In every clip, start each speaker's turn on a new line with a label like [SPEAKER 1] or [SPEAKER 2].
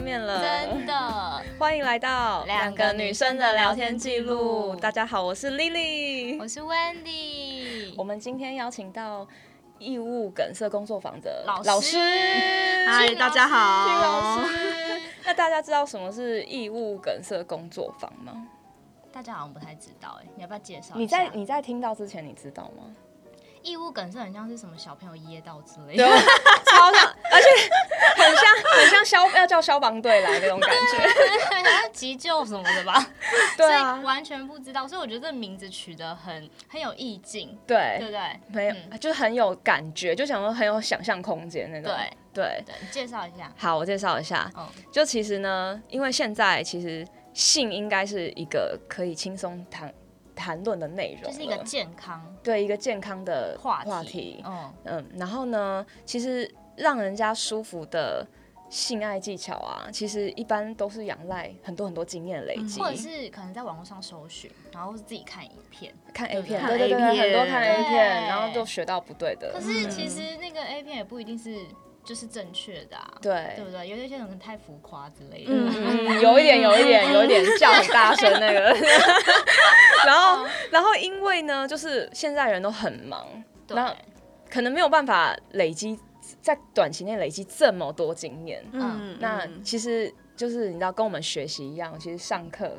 [SPEAKER 1] 面了，
[SPEAKER 2] 真的。
[SPEAKER 1] 欢迎来到
[SPEAKER 2] 两个女生的聊天记录
[SPEAKER 1] 大家好，我是 Lily，
[SPEAKER 2] 我是 Wendy，
[SPEAKER 1] 我们今天邀请到义务梗塞工作坊的
[SPEAKER 2] 老师
[SPEAKER 1] 老师，
[SPEAKER 2] 嗨
[SPEAKER 1] 俊
[SPEAKER 2] 大家好
[SPEAKER 1] 俊老师。那大家知道什么是义务梗塞工作坊吗？啊
[SPEAKER 2] 大家好像不太知道哎、你要不要介绍一下？
[SPEAKER 1] 你在你在听到之前，你知道吗？
[SPEAKER 2] 义务梗是很像是什么小朋友噎到之类
[SPEAKER 1] 对，啊
[SPEAKER 2] 的，
[SPEAKER 1] 超像，而且很像很像消要叫消防队来那种感觉。
[SPEAKER 2] 急救什么的吧？
[SPEAKER 1] 对
[SPEAKER 2] 所以
[SPEAKER 1] 啊，
[SPEAKER 2] 完全不知道，所以我觉得这名字取得很很有意境，对不
[SPEAKER 1] 对，
[SPEAKER 2] 对？
[SPEAKER 1] 没有，
[SPEAKER 2] 嗯
[SPEAKER 1] 就是很有感觉，就想说很有想象空间那种。
[SPEAKER 2] 对
[SPEAKER 1] 对，
[SPEAKER 2] 对，你介绍一下。
[SPEAKER 1] 好，我介绍一下，
[SPEAKER 2] 嗯，
[SPEAKER 1] 就其实呢，因为现在其实性应该是一个可以轻松谈谈论的内容
[SPEAKER 2] 就
[SPEAKER 1] 了，
[SPEAKER 2] 是一个健康
[SPEAKER 1] 对一个健康的
[SPEAKER 2] 话题。
[SPEAKER 1] 话题。
[SPEAKER 2] 嗯，
[SPEAKER 1] 嗯，然后呢，其实让人家舒服的性爱技巧啊，其实一般都是仰赖很多很多经验累积，
[SPEAKER 2] 嗯或者是可能在网络上搜寻，然后是自己看影片。
[SPEAKER 1] 看 A 片，
[SPEAKER 2] 看
[SPEAKER 1] 对对
[SPEAKER 3] A
[SPEAKER 1] 对，
[SPEAKER 3] 片
[SPEAKER 1] 很多看 A 片，
[SPEAKER 2] 对
[SPEAKER 1] 然后就学到不对的嗯
[SPEAKER 2] 可，是其实那个 A 片也不一定是就是正确的啊，
[SPEAKER 1] 对
[SPEAKER 2] 对。不对？有一些可能太浮夸之类的。
[SPEAKER 1] 嗯嗯，嗯有一点，有一点，有一点叫很大声 那个。然后，然后因为呢，就是现在人都很忙，
[SPEAKER 2] 对
[SPEAKER 1] 那可能没有办法累积在短期内累积这么多经验。
[SPEAKER 2] 嗯
[SPEAKER 1] 那其实就是你知道，跟我们学习一样，其实上课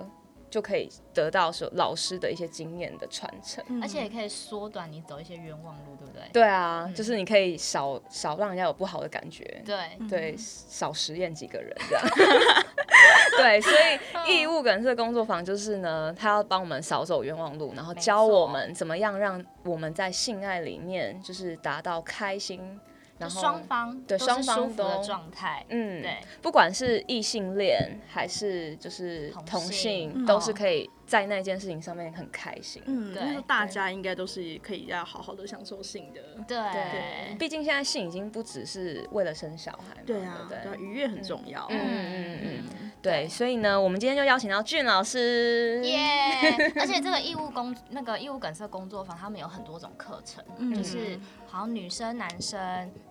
[SPEAKER 1] 就可以得到说老师的一些经验的传承。
[SPEAKER 3] 嗯
[SPEAKER 2] 而且也可以缩短你走一些冤枉路，对不对？
[SPEAKER 1] 对啊，就是你可以少少让人家有不好的感觉，
[SPEAKER 2] 对
[SPEAKER 1] 对，少实验几个人这样。 对，所
[SPEAKER 2] 嗯
[SPEAKER 1] 以义务梗这个工作坊就是呢，他要帮我们少走冤枉路，然后
[SPEAKER 2] 没
[SPEAKER 1] 教我
[SPEAKER 2] 错
[SPEAKER 1] 们怎么样让我们在性爱里面就是达到开心，然
[SPEAKER 2] 就
[SPEAKER 1] 后
[SPEAKER 2] 双方
[SPEAKER 1] 对
[SPEAKER 2] 都是
[SPEAKER 1] 双方
[SPEAKER 2] 舒服的
[SPEAKER 1] 都
[SPEAKER 2] 状态，
[SPEAKER 1] 嗯，
[SPEAKER 2] 对，
[SPEAKER 1] 不管是异性恋还是就是
[SPEAKER 2] 同
[SPEAKER 1] 同
[SPEAKER 2] 性
[SPEAKER 1] 性，
[SPEAKER 3] 嗯
[SPEAKER 1] 都是可以在那件事情上面很开心。
[SPEAKER 3] 嗯，
[SPEAKER 2] 对
[SPEAKER 3] 那时候大家应该都是可以要好好的享受性的。
[SPEAKER 2] 对
[SPEAKER 3] 对
[SPEAKER 1] 毕竟现在性已经不只是为了生小孩嘛，
[SPEAKER 3] 对啊，
[SPEAKER 1] 对
[SPEAKER 3] 对
[SPEAKER 1] 不
[SPEAKER 3] 啊，
[SPEAKER 1] 对？
[SPEAKER 3] 愉悦很重要。
[SPEAKER 1] 嗯
[SPEAKER 3] 嗯，
[SPEAKER 1] 嗯嗯嗯，
[SPEAKER 2] 对
[SPEAKER 1] 对，所以呢，我们今天就邀请到俊老师，
[SPEAKER 2] 耶！而且这个义务工那个义务梗塞工作坊，他们有很多种课程，就是好像女生、男生，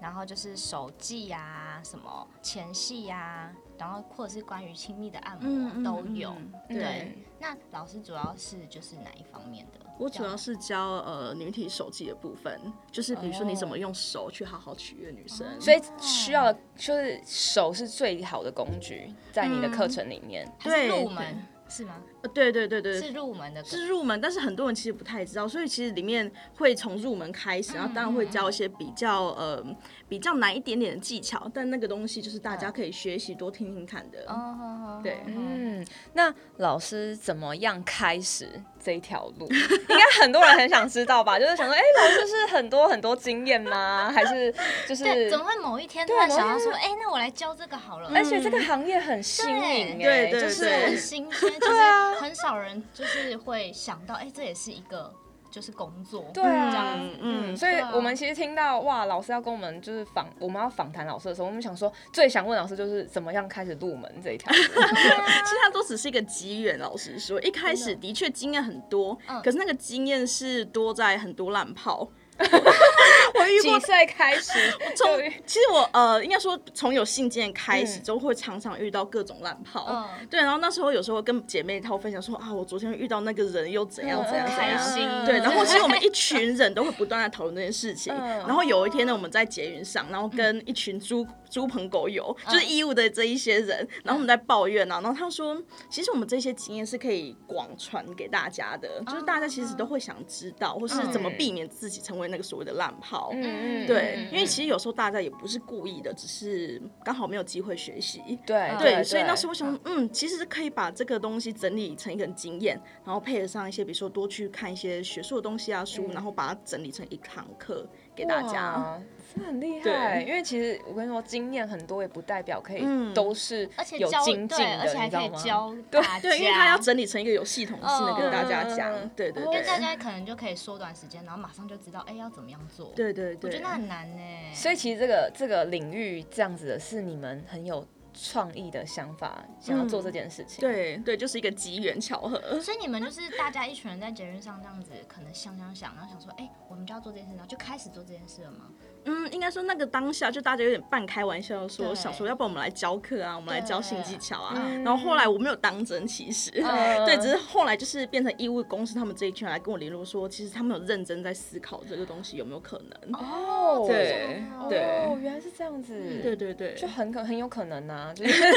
[SPEAKER 2] 然后就是手技呀、什么前戏呀、然后或者是关于亲密的按
[SPEAKER 3] 嗯
[SPEAKER 2] 摩都有。
[SPEAKER 1] 嗯
[SPEAKER 2] 对，那老师主要是就是哪一方面的？
[SPEAKER 3] 我主要是教呃女体手技的部分，就是比如说你怎么用手去好好取悦女生。
[SPEAKER 2] 哦
[SPEAKER 1] 所以需要的就是手是最好的工具，在你的课程里面。
[SPEAKER 2] 还是
[SPEAKER 3] 对
[SPEAKER 2] 入门是吗？
[SPEAKER 3] 呃对对对对，
[SPEAKER 2] 是入门的课，
[SPEAKER 3] 是入门，但是很多人其实不太知道，所以其实里面会从入门开
[SPEAKER 2] 嗯
[SPEAKER 3] 始，然后当然会教一些比较呃比较难一点点的技巧，但那个东西就是大家可以学习多听听看的。
[SPEAKER 2] 哦，
[SPEAKER 3] 对
[SPEAKER 2] 嗯，
[SPEAKER 1] 嗯，那老师怎么样开始这一条路？ 应该很多人很想知道吧？ 就是想说，哎、老师是很多很多经验吗？还是就是？
[SPEAKER 2] 对，怎么会某一天突
[SPEAKER 1] 对
[SPEAKER 2] 然
[SPEAKER 1] 某一
[SPEAKER 2] 想要
[SPEAKER 1] 天
[SPEAKER 2] 说，哎，那我来教这个好了？
[SPEAKER 1] 而且哎这个行业很新颖、
[SPEAKER 2] 对
[SPEAKER 1] 哎，
[SPEAKER 3] 对对
[SPEAKER 1] 就
[SPEAKER 2] 就是很
[SPEAKER 1] 是
[SPEAKER 3] 嗯对
[SPEAKER 2] 新
[SPEAKER 3] 啊
[SPEAKER 2] 鲜，就是很少人就是会想到，哎、这也是一个就是工作，
[SPEAKER 1] 对啊
[SPEAKER 2] 这样子，
[SPEAKER 3] 嗯，
[SPEAKER 1] 所以
[SPEAKER 2] 对啊
[SPEAKER 1] 我们其实听到哇，老师要跟我们就是访，我们要访谈老师的时候，我们想说最想问老师就是怎么样开始入门这一条 路。
[SPEAKER 3] 其实它都只是一个机缘。老实说，一开始的嗯确经验很多，可是那个经验是多在很多烂炮。 我遇
[SPEAKER 1] 几
[SPEAKER 3] 过
[SPEAKER 1] 岁开始？
[SPEAKER 3] 从
[SPEAKER 1] 对，
[SPEAKER 3] 其实我呃，应该说从有信件开始，
[SPEAKER 1] 嗯
[SPEAKER 3] 就会常常遇到各种烂炮。
[SPEAKER 2] 嗯
[SPEAKER 3] 对，然后那时候有时候跟姐妹她分享说啊，我昨天遇到那个人又怎
[SPEAKER 1] 嗯
[SPEAKER 3] 样怎样怎
[SPEAKER 2] 开
[SPEAKER 3] 样。
[SPEAKER 2] 心
[SPEAKER 3] 对，然后其实我们一群人都会不断的讨论这件事情。
[SPEAKER 1] 嗯
[SPEAKER 3] 然后有一天呢，我们在捷运上，然后跟一群猪猪朋狗友，
[SPEAKER 1] 嗯
[SPEAKER 3] 就是义务的这一些人，然后我们在抱怨啊，然后他说，其实我们这些经验是可以广传给大家的，就是大家其实都会想知道，或是怎么
[SPEAKER 1] 嗯
[SPEAKER 3] 避免自己成为那个所谓的烂炮。
[SPEAKER 1] 嗯
[SPEAKER 3] 对，因为其
[SPEAKER 1] 实
[SPEAKER 3] 实有时候大家也不是故意的，只是刚好没有机会学习。
[SPEAKER 1] 对
[SPEAKER 3] 对，所以那时候我想，嗯，其实可以把这个东西整理成一个经验，然后配合上一些，比如说多去看一些学术的东西啊书，然后把它整理成一堂课给大家。
[SPEAKER 1] 哇，这很厉害。
[SPEAKER 3] 对
[SPEAKER 1] 因为其实我跟你说，经验很多也不代表可以
[SPEAKER 3] 嗯
[SPEAKER 1] 都是
[SPEAKER 2] 而且
[SPEAKER 1] 有
[SPEAKER 2] 教
[SPEAKER 1] 精进
[SPEAKER 2] 对，
[SPEAKER 1] 的，
[SPEAKER 2] 而且还
[SPEAKER 1] 你知
[SPEAKER 2] 可
[SPEAKER 1] 道
[SPEAKER 2] 以
[SPEAKER 1] 吗？
[SPEAKER 2] 教大家，
[SPEAKER 3] 对，因为它要整理成一个有系统性的
[SPEAKER 2] 嗯
[SPEAKER 3] 跟大家讲
[SPEAKER 1] 嗯嗯嗯，
[SPEAKER 3] 对对
[SPEAKER 1] 哦
[SPEAKER 3] 对
[SPEAKER 2] 因为大家可能就可以缩短时间，然后马上就知道，哎、要怎么样做，，
[SPEAKER 3] 对对
[SPEAKER 2] 我觉
[SPEAKER 3] 对
[SPEAKER 2] 得。很难呢、
[SPEAKER 1] 所以其实这个这个领域这样子的是你们很有创意的想法，想要做这件事情。
[SPEAKER 3] 嗯对对，就是一个机缘巧合。
[SPEAKER 2] 所以你们就是大家一群人在节日上这样子，可能想想想，然后想说，哎、我们就要做这件事，然后就开始做这件事了吗？
[SPEAKER 3] 嗯，应该说那个当下就大家有点半开玩笑地说，
[SPEAKER 2] 对
[SPEAKER 3] 想说要不然我们来教课啊，我们来教性技巧啊。
[SPEAKER 1] 嗯
[SPEAKER 3] 然后后来我没有当真，其实、
[SPEAKER 1] 嗯
[SPEAKER 3] 对，只是后来就是变成义务公司他们这一圈来跟我联络说，其实他们有认真在思考这个东西有没有可能。
[SPEAKER 1] 哦
[SPEAKER 3] 对对嗯
[SPEAKER 1] 哦，原来是这样子，
[SPEAKER 3] 对对对，
[SPEAKER 1] 就很可很有可能 啊，就是 所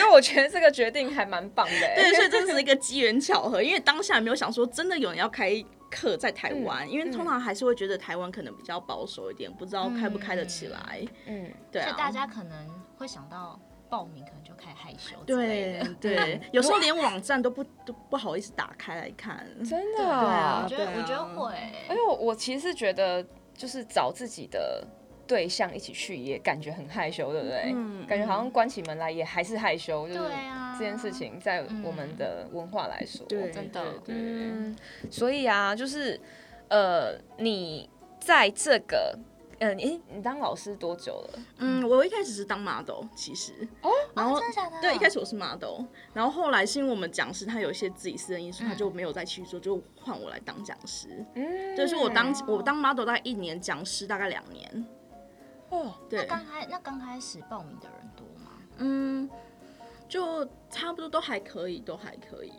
[SPEAKER 1] 以我觉得这个决定还蛮棒的欸。
[SPEAKER 3] 对，所以这只是一个机缘巧合，因为当下没有想说真的有人要开课在台湾，因为通常还是会觉得台湾可能比较保守一点，不知道开不开得起来。
[SPEAKER 1] 嗯，
[SPEAKER 3] 对
[SPEAKER 2] 所
[SPEAKER 3] 啊
[SPEAKER 2] 以，大家可能会想到报名，可能就开始害羞之类
[SPEAKER 3] 对
[SPEAKER 2] 的。
[SPEAKER 3] 对，有时候连网站都不都不好意思打开来看。
[SPEAKER 1] 真的
[SPEAKER 2] 对
[SPEAKER 1] 啊
[SPEAKER 2] 啊，我觉得
[SPEAKER 3] 对啊嗯
[SPEAKER 2] 我觉得会
[SPEAKER 1] 哎
[SPEAKER 2] 欸，
[SPEAKER 1] 呦，我其实觉得就是找自己的对象一起去，也感觉很害羞，对不对？
[SPEAKER 3] 嗯
[SPEAKER 1] 感觉好像关起门来也还是害羞，就是
[SPEAKER 2] 对啊
[SPEAKER 1] 这件事情在我们的文化来说，
[SPEAKER 3] 嗯对，
[SPEAKER 2] 真的
[SPEAKER 3] 对对
[SPEAKER 1] 嗯，所以啊，就是呃，你在这个。嗯，你你当老师多久了？
[SPEAKER 3] 嗯，我一开始是当 model，其实
[SPEAKER 2] 嗯
[SPEAKER 1] 哦，
[SPEAKER 3] 然后
[SPEAKER 2] 真的假的？
[SPEAKER 3] 对，一开始我是 model，然后后来是因为我们讲师他有一些自己私人因
[SPEAKER 2] 嗯
[SPEAKER 3] 素，他就没有再继续做，就换我来当讲师。
[SPEAKER 1] 嗯，
[SPEAKER 3] 就是我当
[SPEAKER 2] 哦
[SPEAKER 3] 我当 model 大概一年，讲师大概两年。
[SPEAKER 1] 哦，
[SPEAKER 3] 对，
[SPEAKER 2] 刚开那刚开始报名的人多吗？
[SPEAKER 3] 嗯，就差不多都还可以，都还可以。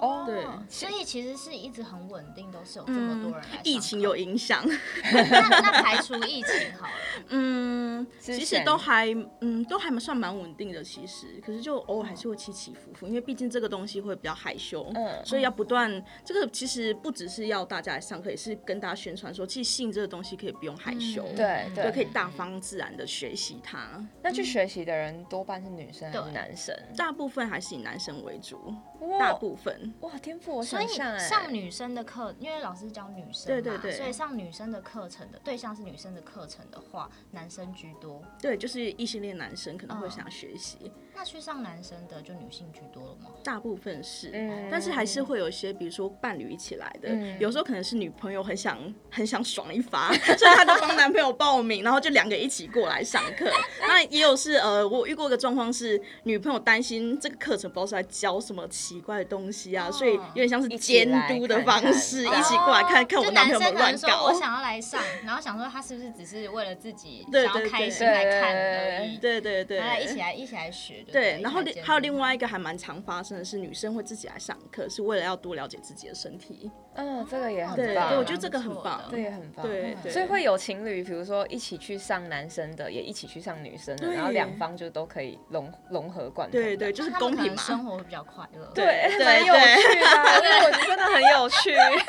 [SPEAKER 1] 哦
[SPEAKER 3] 对
[SPEAKER 2] 所以其实是一直很稳定，都是有这么多人来上课。
[SPEAKER 3] 嗯疫情有影响。
[SPEAKER 2] 那那排除疫情 好了，
[SPEAKER 3] 嗯，其实
[SPEAKER 1] 前
[SPEAKER 3] 都还嗯都还蛮算蛮稳定的，其实，可是就偶尔还是会起起伏伏，因为毕竟这个东西会比较害羞，
[SPEAKER 1] 嗯
[SPEAKER 3] 所以要不断。这个其实不只是要大家来上课，也是跟大家宣传说，其实性这个东西可以不用害羞，
[SPEAKER 2] 嗯
[SPEAKER 1] 对对
[SPEAKER 3] 就可以大方自然的学习它。
[SPEAKER 1] 那去学习的人多半是女生还是
[SPEAKER 2] 对
[SPEAKER 1] 男生？
[SPEAKER 3] 大部分还是以男生为主，
[SPEAKER 1] 哇
[SPEAKER 3] 大部分。
[SPEAKER 1] 哇，颠覆我
[SPEAKER 2] 所以
[SPEAKER 1] 想象哎、
[SPEAKER 2] 上女生的课，因为老师教女生
[SPEAKER 3] 欸对
[SPEAKER 2] 嘛，
[SPEAKER 3] 对对
[SPEAKER 2] 所以上女生的课程的对象是女生的课程的话，男生居多。
[SPEAKER 3] 对，就是异性恋男生可能会
[SPEAKER 2] 嗯
[SPEAKER 3] 想学习，
[SPEAKER 2] 那去上男生的就女性居多了吗？
[SPEAKER 3] 大部分是，
[SPEAKER 1] 嗯
[SPEAKER 3] 但是还是会有一些，比如说伴侣一起来的，
[SPEAKER 1] 嗯
[SPEAKER 3] 有时候可能是女朋友很想很想爽一发，所以她就帮男朋友报名，然后就两个一起过来上课。那也有是呃，我遇过一个状况是，女朋友担心这个课程不知道是在教什么奇怪的东西啊，
[SPEAKER 2] 哦
[SPEAKER 3] 所以有点像是
[SPEAKER 1] 起
[SPEAKER 3] 监
[SPEAKER 1] 来
[SPEAKER 3] 督的
[SPEAKER 1] 看
[SPEAKER 3] 方
[SPEAKER 1] 看
[SPEAKER 3] 式，
[SPEAKER 1] 哦
[SPEAKER 3] 一起过来看看我
[SPEAKER 2] 就
[SPEAKER 3] 男朋友
[SPEAKER 2] 生
[SPEAKER 3] 有没有
[SPEAKER 2] 可能
[SPEAKER 3] 乱
[SPEAKER 2] 说我
[SPEAKER 3] 搞。
[SPEAKER 2] 想要来上，然后想说他是不是只是为了自己
[SPEAKER 3] 对
[SPEAKER 2] 想要
[SPEAKER 3] 对
[SPEAKER 2] 开
[SPEAKER 3] 对
[SPEAKER 2] 心来看
[SPEAKER 1] 对
[SPEAKER 2] 而已？
[SPEAKER 3] 对对对，
[SPEAKER 2] 来一起来一起来学。不
[SPEAKER 3] 对，然后
[SPEAKER 2] 一起来
[SPEAKER 3] 另
[SPEAKER 2] 监
[SPEAKER 3] 还有
[SPEAKER 2] 督
[SPEAKER 3] 另外一个还蛮常发生的是，女生会自己来上课，是为了要多了解自己的身体。
[SPEAKER 1] 嗯，这个也很
[SPEAKER 3] 对
[SPEAKER 1] 棒，
[SPEAKER 3] 对我觉得这个很
[SPEAKER 2] 哦蛮不错的
[SPEAKER 3] 棒
[SPEAKER 1] 这个也很棒。啊
[SPEAKER 3] 对对，
[SPEAKER 1] 所以会有情侣，比如说一起去上男生的，也一起去上女生的，
[SPEAKER 3] 对
[SPEAKER 1] 然后两方就都可以融融合贯通。
[SPEAKER 3] 对对，就是
[SPEAKER 2] 那他
[SPEAKER 3] 公
[SPEAKER 2] 们可
[SPEAKER 3] 平
[SPEAKER 2] 能
[SPEAKER 3] 嘛。
[SPEAKER 2] 生活会比较快乐。哦
[SPEAKER 1] 对，
[SPEAKER 3] 对
[SPEAKER 1] 蛮有
[SPEAKER 3] 对
[SPEAKER 1] 趣的啊，因为我觉得真的很有趣。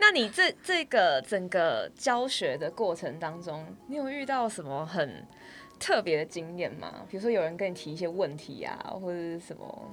[SPEAKER 1] 那你这这个整个教学的过程当中，你有遇到什么很特别的经验吗？比如说有人跟你提一些问题啊，或者是什么？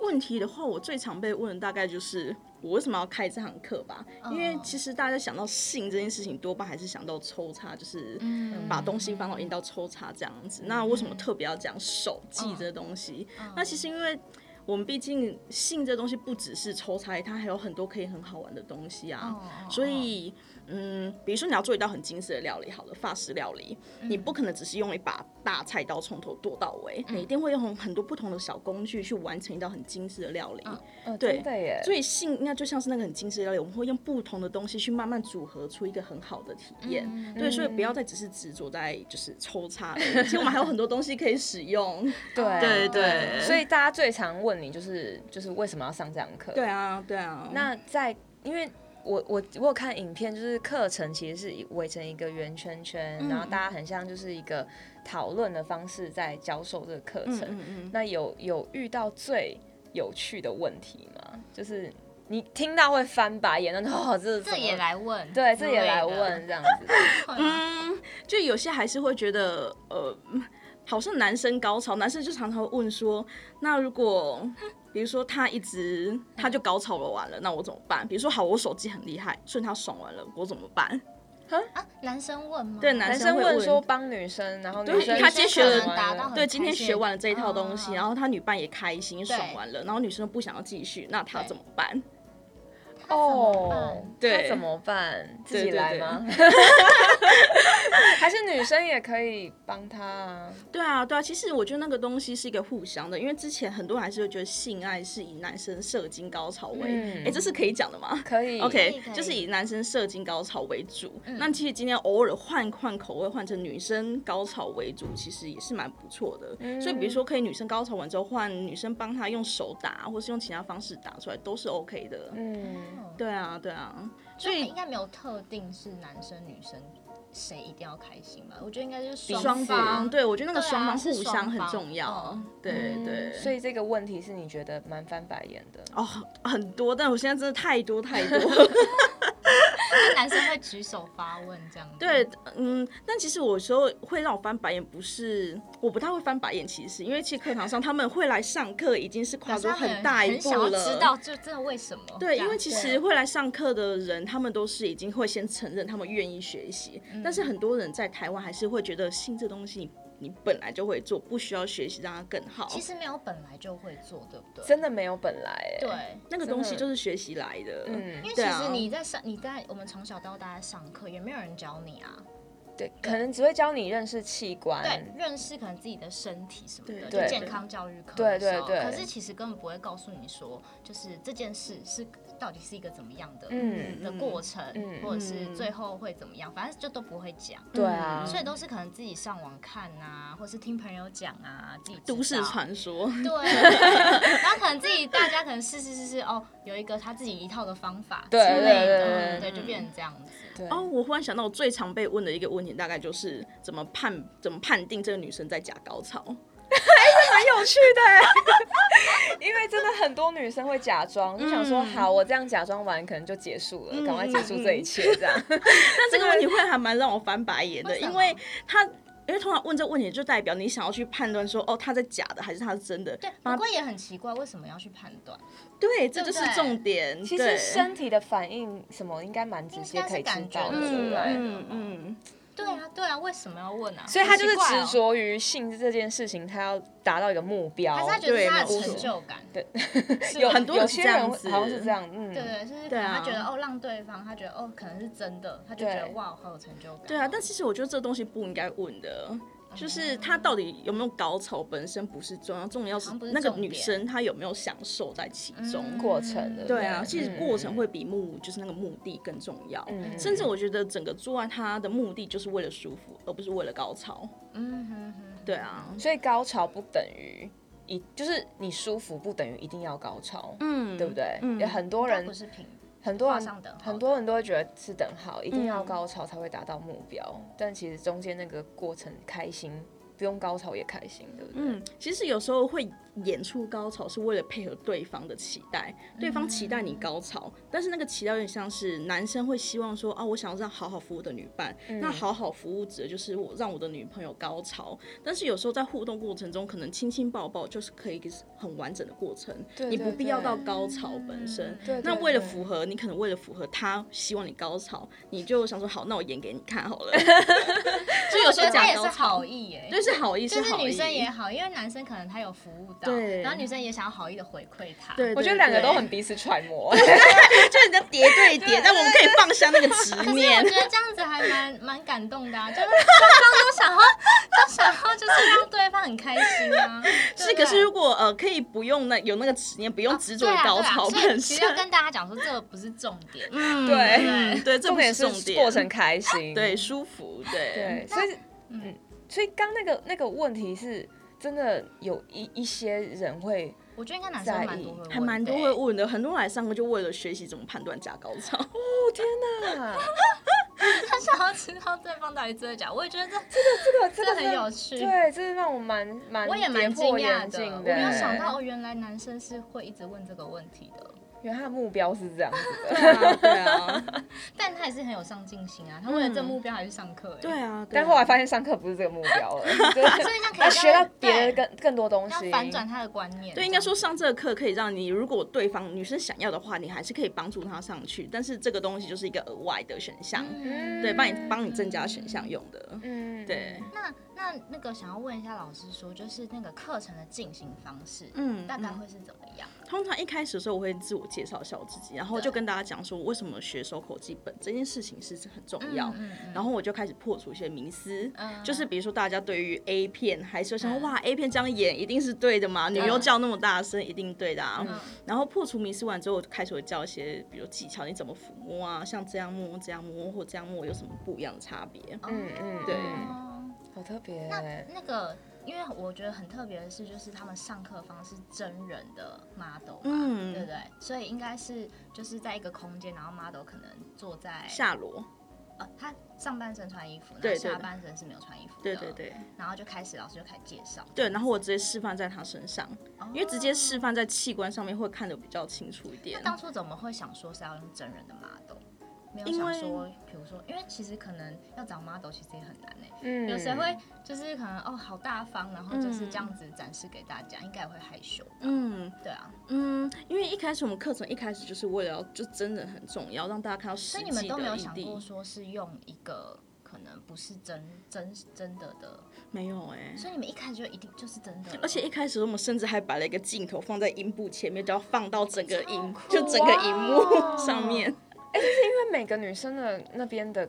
[SPEAKER 3] 问题的话，我最常被问的大概就是我为什么要开这堂课吧？因为
[SPEAKER 2] 哦
[SPEAKER 3] 其实大家想到性这件事情，多半还是想到抽插，就是
[SPEAKER 2] 嗯
[SPEAKER 3] 把东西放到阴道抽插这样子。那为什么特别要讲手技这东西？
[SPEAKER 2] 嗯
[SPEAKER 3] 那其实因为。我们毕竟性这东西不只是抽插，它还有很多可以很好玩的东西啊。
[SPEAKER 2] 哦哦
[SPEAKER 3] 所以，嗯，比如说你要做一道很精致的料理，好了，法式料理，你
[SPEAKER 2] 嗯
[SPEAKER 3] 不可能只是用一把大菜刀从头剁到尾，你一定会用很多不同的小工具去完成一道很精致的料理。
[SPEAKER 2] 嗯
[SPEAKER 1] 呃，
[SPEAKER 3] 对
[SPEAKER 1] 真的耶，
[SPEAKER 3] 所以性应该就像是那个很精致的料理，我们会用不同的东西去慢慢组合出一个很好的体验。
[SPEAKER 2] 嗯
[SPEAKER 3] 对，所以不要再只是执着在就是抽插而已，其实我们还有很多东西可以使 用。
[SPEAKER 1] 对啊
[SPEAKER 3] 对对
[SPEAKER 1] 所以大家最常问你就是就是为什么要上这堂课？
[SPEAKER 3] 对啊，对啊。
[SPEAKER 1] 那在因为我我我有看影片，就是课程其实是以围成一个圆圈圈，然
[SPEAKER 3] 嗯
[SPEAKER 1] 后大家很像就是一个讨论的方式在教授这个课程。
[SPEAKER 3] 嗯嗯
[SPEAKER 1] 那有有遇到最有趣的问题吗？就是你听到会翻白眼，那哦，这是
[SPEAKER 2] 这
[SPEAKER 1] 怎么
[SPEAKER 2] 也来问，
[SPEAKER 1] 对，这也来问，这 样子。
[SPEAKER 2] 啊
[SPEAKER 3] 嗯，就有些还是会觉得，呃，好像男生高潮，男生就常常会问说，那如果比如说他一直他就高潮了完了，那我怎么办？比如说好，我手机很厉害，顺他爽完了，我怎么办？
[SPEAKER 2] 啊，男生问吗？
[SPEAKER 3] 对，
[SPEAKER 1] 男
[SPEAKER 3] 生
[SPEAKER 1] 生
[SPEAKER 3] 会
[SPEAKER 1] 问说帮女生，然后女生
[SPEAKER 3] 他今天学
[SPEAKER 1] 可
[SPEAKER 3] 了
[SPEAKER 1] 能
[SPEAKER 2] 达到很
[SPEAKER 3] 对，今天
[SPEAKER 2] 开心
[SPEAKER 3] 学完了这一套东西，
[SPEAKER 2] 哦
[SPEAKER 3] 然后他女伴也开心爽完了，然后女生不想要继续，那他
[SPEAKER 2] 对
[SPEAKER 3] 怎么办？
[SPEAKER 2] 那怎么办
[SPEAKER 1] 哦，那
[SPEAKER 3] 对，
[SPEAKER 1] 怎么办？自己
[SPEAKER 3] 对对
[SPEAKER 1] 来
[SPEAKER 3] 对
[SPEAKER 1] 吗？ 还是女生也可以帮他啊？
[SPEAKER 3] 对啊，对啊，其实我觉得那个东西是一个互相的，因为之前很多人还是会觉得性爱是以男生射精高潮为，哎、
[SPEAKER 1] 嗯
[SPEAKER 3] 这是可以讲的吗？
[SPEAKER 1] 可以
[SPEAKER 3] OK，
[SPEAKER 2] 可以嗯
[SPEAKER 3] 就是以男生射精高潮为主。那其实今天偶尔换换口味，换成女生高潮为主，其实也是蛮不错的。所以比如
[SPEAKER 2] 嗯
[SPEAKER 3] 说，可以女生高潮完之后，换女生帮她用手打，或是用其他方式打出来，都是 OK 的。
[SPEAKER 1] 嗯，
[SPEAKER 3] 对啊，对啊，
[SPEAKER 2] 所
[SPEAKER 3] 所
[SPEAKER 2] 以
[SPEAKER 3] 以
[SPEAKER 2] 应该没有特定是男生女生谁一定要开心吧？我觉得应该就是
[SPEAKER 3] 双方，
[SPEAKER 2] 方，
[SPEAKER 3] 对我觉得那个
[SPEAKER 2] 对啊
[SPEAKER 3] 双方
[SPEAKER 2] 是
[SPEAKER 3] 互相
[SPEAKER 2] 双
[SPEAKER 3] 很
[SPEAKER 2] 方
[SPEAKER 3] 重要
[SPEAKER 2] 嗯。
[SPEAKER 3] 对对，
[SPEAKER 1] 所以这个问题是你觉得蛮翻白眼的。
[SPEAKER 3] 哦，很多，但我现在真的太多太 多。
[SPEAKER 2] 那男生会举手发问这样子。
[SPEAKER 3] 对，嗯，但其实我有时候会让我翻白眼，不是我不太会翻白眼，其实因为其实课堂上他们会来上课，已经是
[SPEAKER 2] 表
[SPEAKER 3] 跨
[SPEAKER 2] 示
[SPEAKER 3] 出
[SPEAKER 2] 他们
[SPEAKER 3] 很大一
[SPEAKER 2] 很想
[SPEAKER 3] 步
[SPEAKER 2] 要
[SPEAKER 3] 了。
[SPEAKER 2] 知道就真的为什么？
[SPEAKER 3] 对，
[SPEAKER 2] 这
[SPEAKER 3] 因
[SPEAKER 2] 样
[SPEAKER 3] 为其实会来上课的人，他们都是已经会先承认他们愿意学习，
[SPEAKER 2] 嗯
[SPEAKER 3] 但是很多人在台湾还是会觉得性这东西你本来就会做，不需要学习让它更好。
[SPEAKER 2] 其实没有本来就会做，对不对？
[SPEAKER 1] 真的没有本来、欸，
[SPEAKER 2] 对。
[SPEAKER 3] 那个东西
[SPEAKER 1] 真的
[SPEAKER 3] 就是学习来的，
[SPEAKER 1] 嗯
[SPEAKER 2] 因为其
[SPEAKER 3] 对啊
[SPEAKER 2] 实你在上，你在我们从小到大在上课，也没有人教你啊。
[SPEAKER 1] 对，可能只会教你认识器官，
[SPEAKER 2] 对，认识可能自己的身体什么的，就
[SPEAKER 3] 对
[SPEAKER 1] 嗯对
[SPEAKER 2] 健康教育课
[SPEAKER 1] 对
[SPEAKER 2] 的时候
[SPEAKER 1] 对对
[SPEAKER 2] 可是其实根本不会告诉你说，就是这件事是到底是一个怎么样的、
[SPEAKER 1] 嗯
[SPEAKER 2] 的过程，
[SPEAKER 1] 嗯
[SPEAKER 2] 或者是最后会怎么样，反正就都不会讲。嗯
[SPEAKER 1] 对
[SPEAKER 3] 嗯
[SPEAKER 1] 啊，
[SPEAKER 2] 所以都是可能自己上网看啊，或是听朋友讲啊，自己知道
[SPEAKER 3] 都市传说。
[SPEAKER 2] 对，然后可能自己大家可能试试试试哦，有一个他自己一套的方法之
[SPEAKER 1] 对
[SPEAKER 2] 类
[SPEAKER 1] 对对
[SPEAKER 2] 的，
[SPEAKER 1] 对嗯
[SPEAKER 2] 对，就变成这样子。
[SPEAKER 1] 对
[SPEAKER 3] 哦，我忽然想到，我最常被问的一个问题，大概就是怎么判怎么判定这个女生在假高潮。
[SPEAKER 1] 蛮有趣的欸、 因为真的很多女生会假装，就想说
[SPEAKER 3] 嗯
[SPEAKER 1] 好，我这样假装完可能就结束了，赶快结束这一切这样。
[SPEAKER 3] 那这个问题会还蛮让我翻白眼的，
[SPEAKER 2] 为什么
[SPEAKER 3] 因为她因为通常问这个问题，就代表你想要去判断说，哦，她在假的还是她是真的。
[SPEAKER 2] 对，
[SPEAKER 3] 把
[SPEAKER 2] 不过也很奇怪，为什么要去判断？
[SPEAKER 3] 对，这就是
[SPEAKER 2] 对不对
[SPEAKER 3] 重点。
[SPEAKER 1] 其
[SPEAKER 3] 对嗯
[SPEAKER 1] 实身体的反应什么应该蛮直接可以知道的，
[SPEAKER 2] 应该是感
[SPEAKER 1] 对
[SPEAKER 2] 觉
[SPEAKER 1] 不
[SPEAKER 3] 嗯
[SPEAKER 2] 出来
[SPEAKER 1] 对？
[SPEAKER 2] 的
[SPEAKER 3] 嗯嗯，
[SPEAKER 2] 对啊，对啊，为什么要问啊？
[SPEAKER 1] 所以他就是
[SPEAKER 2] 很奇怪哦
[SPEAKER 1] 执，着于性这件事情，他要达到一个目标。
[SPEAKER 2] 还是他觉得是他
[SPEAKER 3] 对
[SPEAKER 2] 的
[SPEAKER 3] 没有
[SPEAKER 2] 成就感？对
[SPEAKER 1] 有
[SPEAKER 3] 很多
[SPEAKER 1] 有
[SPEAKER 3] 人是
[SPEAKER 1] 些
[SPEAKER 3] 这样
[SPEAKER 1] 人
[SPEAKER 3] 子
[SPEAKER 1] 好像是这样，嗯，
[SPEAKER 2] 对对，就是可
[SPEAKER 3] 对
[SPEAKER 2] 能
[SPEAKER 3] 啊
[SPEAKER 2] 他觉得哦，让对方他觉得哦，可能是真的，他就觉得
[SPEAKER 1] 对
[SPEAKER 2] 哇，好有成就感。
[SPEAKER 3] 对啊。但其实我觉得这东西不应该问
[SPEAKER 2] 嗯
[SPEAKER 3] 的。 就是她到底有没有高潮本身不是重要，重要是
[SPEAKER 2] 好像不是
[SPEAKER 3] 那个
[SPEAKER 2] 重
[SPEAKER 3] 女
[SPEAKER 2] 点嗯
[SPEAKER 3] 生她有没有享受在其中。
[SPEAKER 1] 过程的，
[SPEAKER 3] 对啊，其实过
[SPEAKER 1] 嗯
[SPEAKER 3] 程会比目就是那个目的更重要。
[SPEAKER 1] 嗯
[SPEAKER 3] 甚至我觉得整个做爱它的目的就是为了舒服，而不是为了高潮。
[SPEAKER 2] 嗯哼哼，
[SPEAKER 3] 对啊，
[SPEAKER 1] 所以高潮不等于一，就是你舒服不等于一定要高潮，
[SPEAKER 3] 嗯，
[SPEAKER 1] 对不？对？
[SPEAKER 3] 嗯
[SPEAKER 1] 有很多
[SPEAKER 2] 他
[SPEAKER 1] 人
[SPEAKER 2] 不，是平，
[SPEAKER 1] 很多
[SPEAKER 2] 画
[SPEAKER 1] 人
[SPEAKER 2] 上等，号
[SPEAKER 1] 很多人都会觉得是等号，一定要
[SPEAKER 3] 嗯
[SPEAKER 1] 高潮才会达到目标，但其实中间那个过程开心，不用高潮也开心，对不对？
[SPEAKER 3] 嗯，其实有时候会演出高潮是为了配合对方的期待，
[SPEAKER 2] 嗯
[SPEAKER 3] 对方期待你高潮，但是那个期待有点像是男生会希望说啊，我想要让好好服务的女伴，
[SPEAKER 2] 嗯
[SPEAKER 3] 那好好服务指的就是我让我的女朋友高潮，但是有时候在互动过程中，可能亲亲抱抱就是可以很完整的过程，
[SPEAKER 1] 对
[SPEAKER 3] 你
[SPEAKER 1] 对
[SPEAKER 3] 不必要
[SPEAKER 1] 对
[SPEAKER 3] 到高潮本
[SPEAKER 2] 嗯
[SPEAKER 3] 身。
[SPEAKER 1] 对
[SPEAKER 3] 那
[SPEAKER 1] 对
[SPEAKER 3] 为了
[SPEAKER 1] 对
[SPEAKER 3] 符合你，可能为了符合他希望你高潮，你就想说好，那我演给你看 好了。
[SPEAKER 2] 所以我觉得
[SPEAKER 3] 假
[SPEAKER 2] 他也
[SPEAKER 3] 高
[SPEAKER 2] 是
[SPEAKER 3] 潮
[SPEAKER 2] 好意耶，
[SPEAKER 3] 就是好意，
[SPEAKER 2] 就是
[SPEAKER 3] 好意
[SPEAKER 2] 女生也好，因为男生可能他有服务到，
[SPEAKER 3] 对
[SPEAKER 2] 然后女生也想要好意的回馈他。
[SPEAKER 3] 对，
[SPEAKER 1] 我觉
[SPEAKER 3] 对
[SPEAKER 1] 得两个
[SPEAKER 3] 对嗯
[SPEAKER 1] 都很彼此揣摩，
[SPEAKER 3] 就是你的叠 对叠，但我们可以放下那个执
[SPEAKER 2] 可 是啊
[SPEAKER 3] 念
[SPEAKER 2] 我。觉得这样子还蛮 蛮感动的啊，就是双方都想要，都想要就是让对方很开心啊。对
[SPEAKER 3] 是，
[SPEAKER 2] 不
[SPEAKER 3] 可
[SPEAKER 2] 对
[SPEAKER 3] 是如果呃可以不用那有那个执念，不用哦执着于
[SPEAKER 2] 对啊
[SPEAKER 3] 高
[SPEAKER 2] 对啊
[SPEAKER 3] 潮
[SPEAKER 2] 所以
[SPEAKER 3] 本
[SPEAKER 2] 其
[SPEAKER 3] 身
[SPEAKER 2] 实。要跟大家讲说，这个不是重点。
[SPEAKER 3] 嗯
[SPEAKER 1] 对
[SPEAKER 3] 嗯对，这
[SPEAKER 1] 重
[SPEAKER 3] 不
[SPEAKER 1] 点
[SPEAKER 3] 重
[SPEAKER 1] 是
[SPEAKER 3] 点，啊
[SPEAKER 1] 过程开心，
[SPEAKER 3] 对舒服，对
[SPEAKER 1] 对，所以嗯，所以刚那个那个问题是真的有一一些人会
[SPEAKER 2] 我觉得应该男生蛮多会问的欸
[SPEAKER 3] 还蛮多 会问的，很多人来上课就为了学习怎么判断假高潮。
[SPEAKER 1] 哦天哪，
[SPEAKER 2] 他想要知道对方到底真的假的。我也觉得这
[SPEAKER 1] 这个
[SPEAKER 2] 这
[SPEAKER 1] 这个
[SPEAKER 2] 很
[SPEAKER 1] 真的
[SPEAKER 2] 有趣
[SPEAKER 1] 对，这是让我蛮蛮
[SPEAKER 2] 我也
[SPEAKER 1] 跌
[SPEAKER 2] 蛮惊
[SPEAKER 1] 破
[SPEAKER 2] 讶
[SPEAKER 1] 眼
[SPEAKER 2] 的，
[SPEAKER 1] 镜
[SPEAKER 2] 我
[SPEAKER 1] 的，
[SPEAKER 2] 没有想到哦，原来男生是会一直问这个问题的。
[SPEAKER 1] 原来他的目标是这样子 的。
[SPEAKER 3] 对啊，对啊，
[SPEAKER 2] 但他也是很有上进心啊，他为了这目标还去上课、欸，
[SPEAKER 3] 对啊，
[SPEAKER 1] 但后来发现上课不是这个目标 了，就是
[SPEAKER 2] 所 以这样可以
[SPEAKER 1] 他学到别
[SPEAKER 2] 对
[SPEAKER 1] 的更更多东
[SPEAKER 2] 要
[SPEAKER 1] 西，
[SPEAKER 2] 反转他的观念。
[SPEAKER 3] 对，应该说上这个课可以让你，如果对方女生想要的话，你还是可以帮助她上去，但是这个东西就是一个额外的选项，
[SPEAKER 2] 嗯
[SPEAKER 3] 对，帮你帮你增加选项用的，
[SPEAKER 1] 嗯，
[SPEAKER 3] 对，
[SPEAKER 2] 那那那个想要问一下老师说，就是那个课程的进行方式，
[SPEAKER 3] 嗯
[SPEAKER 2] 大概
[SPEAKER 3] 嗯
[SPEAKER 2] 会是怎么样？
[SPEAKER 3] 通常一开始的时候，我会自我介绍一下我自己，然后就跟大家讲说，为什么学手口技本这件事情是很重要。
[SPEAKER 2] 嗯嗯嗯
[SPEAKER 3] 然后我就开始破除一些迷思，
[SPEAKER 2] 嗯
[SPEAKER 3] 就是比如说大家对于 A 片还是会想说、
[SPEAKER 2] 嗯
[SPEAKER 3] 哇 A 片这样演一定是对的嘛，女优叫那么大声一定对的啊。
[SPEAKER 2] 嗯
[SPEAKER 3] 然后破除迷思完之后，我就开始会教一些，比如技巧，你怎么抚摸啊，像这样摸、这样摸或这样摸有什么不一样的差别？
[SPEAKER 1] 嗯嗯，
[SPEAKER 3] 对
[SPEAKER 2] 哦
[SPEAKER 1] 好特别
[SPEAKER 2] 那
[SPEAKER 1] 欸，
[SPEAKER 2] 那个，因为我觉得很特别的是，就是他们上课方是真人的 model，嘛
[SPEAKER 3] 嗯
[SPEAKER 2] 对不对？所以应该是就是在一个空间，然后 model 可能坐在
[SPEAKER 3] 下罗，
[SPEAKER 2] 呃，他上半身穿衣服，然
[SPEAKER 3] 对
[SPEAKER 2] 后
[SPEAKER 3] 对
[SPEAKER 2] 下
[SPEAKER 3] 对
[SPEAKER 2] 半身是没有穿衣服的，
[SPEAKER 3] 对对对
[SPEAKER 2] 然后就开始老师就开始介绍，
[SPEAKER 3] 对，然后我直接示范在他身上，因为直接示
[SPEAKER 2] 哦。
[SPEAKER 3] 范在器官上面会看得比较清楚一点
[SPEAKER 2] 那。当初怎么会想说是要用真人的 model？没有
[SPEAKER 3] 因
[SPEAKER 2] 想
[SPEAKER 3] 为
[SPEAKER 2] 说，比如说，因为其实可能要找 model 其实也很难哎、
[SPEAKER 1] 嗯，
[SPEAKER 2] 有谁会就是可能哦好大方，然后就是这样
[SPEAKER 3] 嗯
[SPEAKER 2] 子展示给大家，应该也会害羞吧。
[SPEAKER 3] 嗯
[SPEAKER 2] 对啊，
[SPEAKER 3] 嗯，因为一开始我们课程一开始就是为了要就真人很重要，让大家看到实
[SPEAKER 2] 所以
[SPEAKER 3] 际
[SPEAKER 2] 你
[SPEAKER 3] 的
[SPEAKER 2] 们都没有
[SPEAKER 3] 异
[SPEAKER 2] 想
[SPEAKER 3] 地
[SPEAKER 2] 过说是用一个可能不是真真真的的，
[SPEAKER 3] 没有哎、
[SPEAKER 2] 所以你们一开始就一定就是真的了，
[SPEAKER 3] 而且一开始我们甚至还摆了一个镜头放在荧幕前面，就要放到整个荧
[SPEAKER 2] 啊
[SPEAKER 3] 就整个荧
[SPEAKER 2] 哇
[SPEAKER 3] 幕 上面。
[SPEAKER 1] 因为每个女生的那边的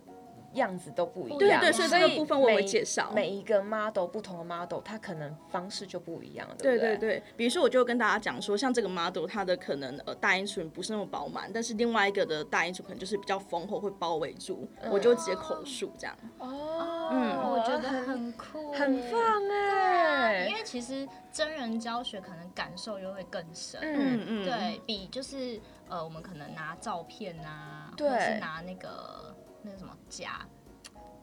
[SPEAKER 1] 样子都不一样，
[SPEAKER 2] 对对所以
[SPEAKER 1] 所以
[SPEAKER 2] 这个
[SPEAKER 3] 部分我有
[SPEAKER 1] 每
[SPEAKER 3] 介绍
[SPEAKER 1] 每一个 model 不同的 model，她可能方式就不一样，
[SPEAKER 3] 对
[SPEAKER 1] 不对
[SPEAKER 3] 对对，比如说我就跟大家讲说，像这个 model 它的可能呃大阴唇不是那么饱满，但是另外一个的大阴唇可能就是比较丰厚，会包围住，我就直接口述这样。
[SPEAKER 1] 哦，
[SPEAKER 3] 嗯
[SPEAKER 2] 我觉得很酷，欸啊
[SPEAKER 1] 很棒
[SPEAKER 3] 欸
[SPEAKER 2] 因
[SPEAKER 1] 哎，
[SPEAKER 2] 为其实真人教学可能感受又会更深，
[SPEAKER 1] 嗯
[SPEAKER 3] 嗯嗯，
[SPEAKER 2] 对比就是呃，我们可能拿照片啊，
[SPEAKER 1] 对
[SPEAKER 2] 或者是拿那个那个什么假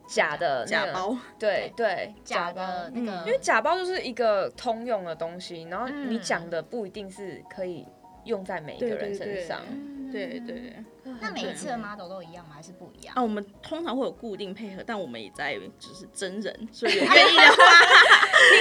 [SPEAKER 1] 假的那
[SPEAKER 3] 假
[SPEAKER 1] 个
[SPEAKER 3] 包，
[SPEAKER 2] 嗯
[SPEAKER 1] 对对
[SPEAKER 2] 假的
[SPEAKER 1] 包
[SPEAKER 2] 那个，
[SPEAKER 3] 嗯
[SPEAKER 1] 因为假包就是一个通用的东西，然后你
[SPEAKER 2] 嗯
[SPEAKER 1] 讲的不一定是可以用在每一个
[SPEAKER 3] 对
[SPEAKER 1] 人
[SPEAKER 3] 对
[SPEAKER 1] 身
[SPEAKER 3] 对
[SPEAKER 1] 上。
[SPEAKER 2] 嗯
[SPEAKER 3] 对对。
[SPEAKER 2] 那每一次的
[SPEAKER 1] 吗？
[SPEAKER 2] model 都一样吗？还是不一样
[SPEAKER 3] 啊，？我们通常会有固定配合，但我们也在就是真人，所以有愿意的话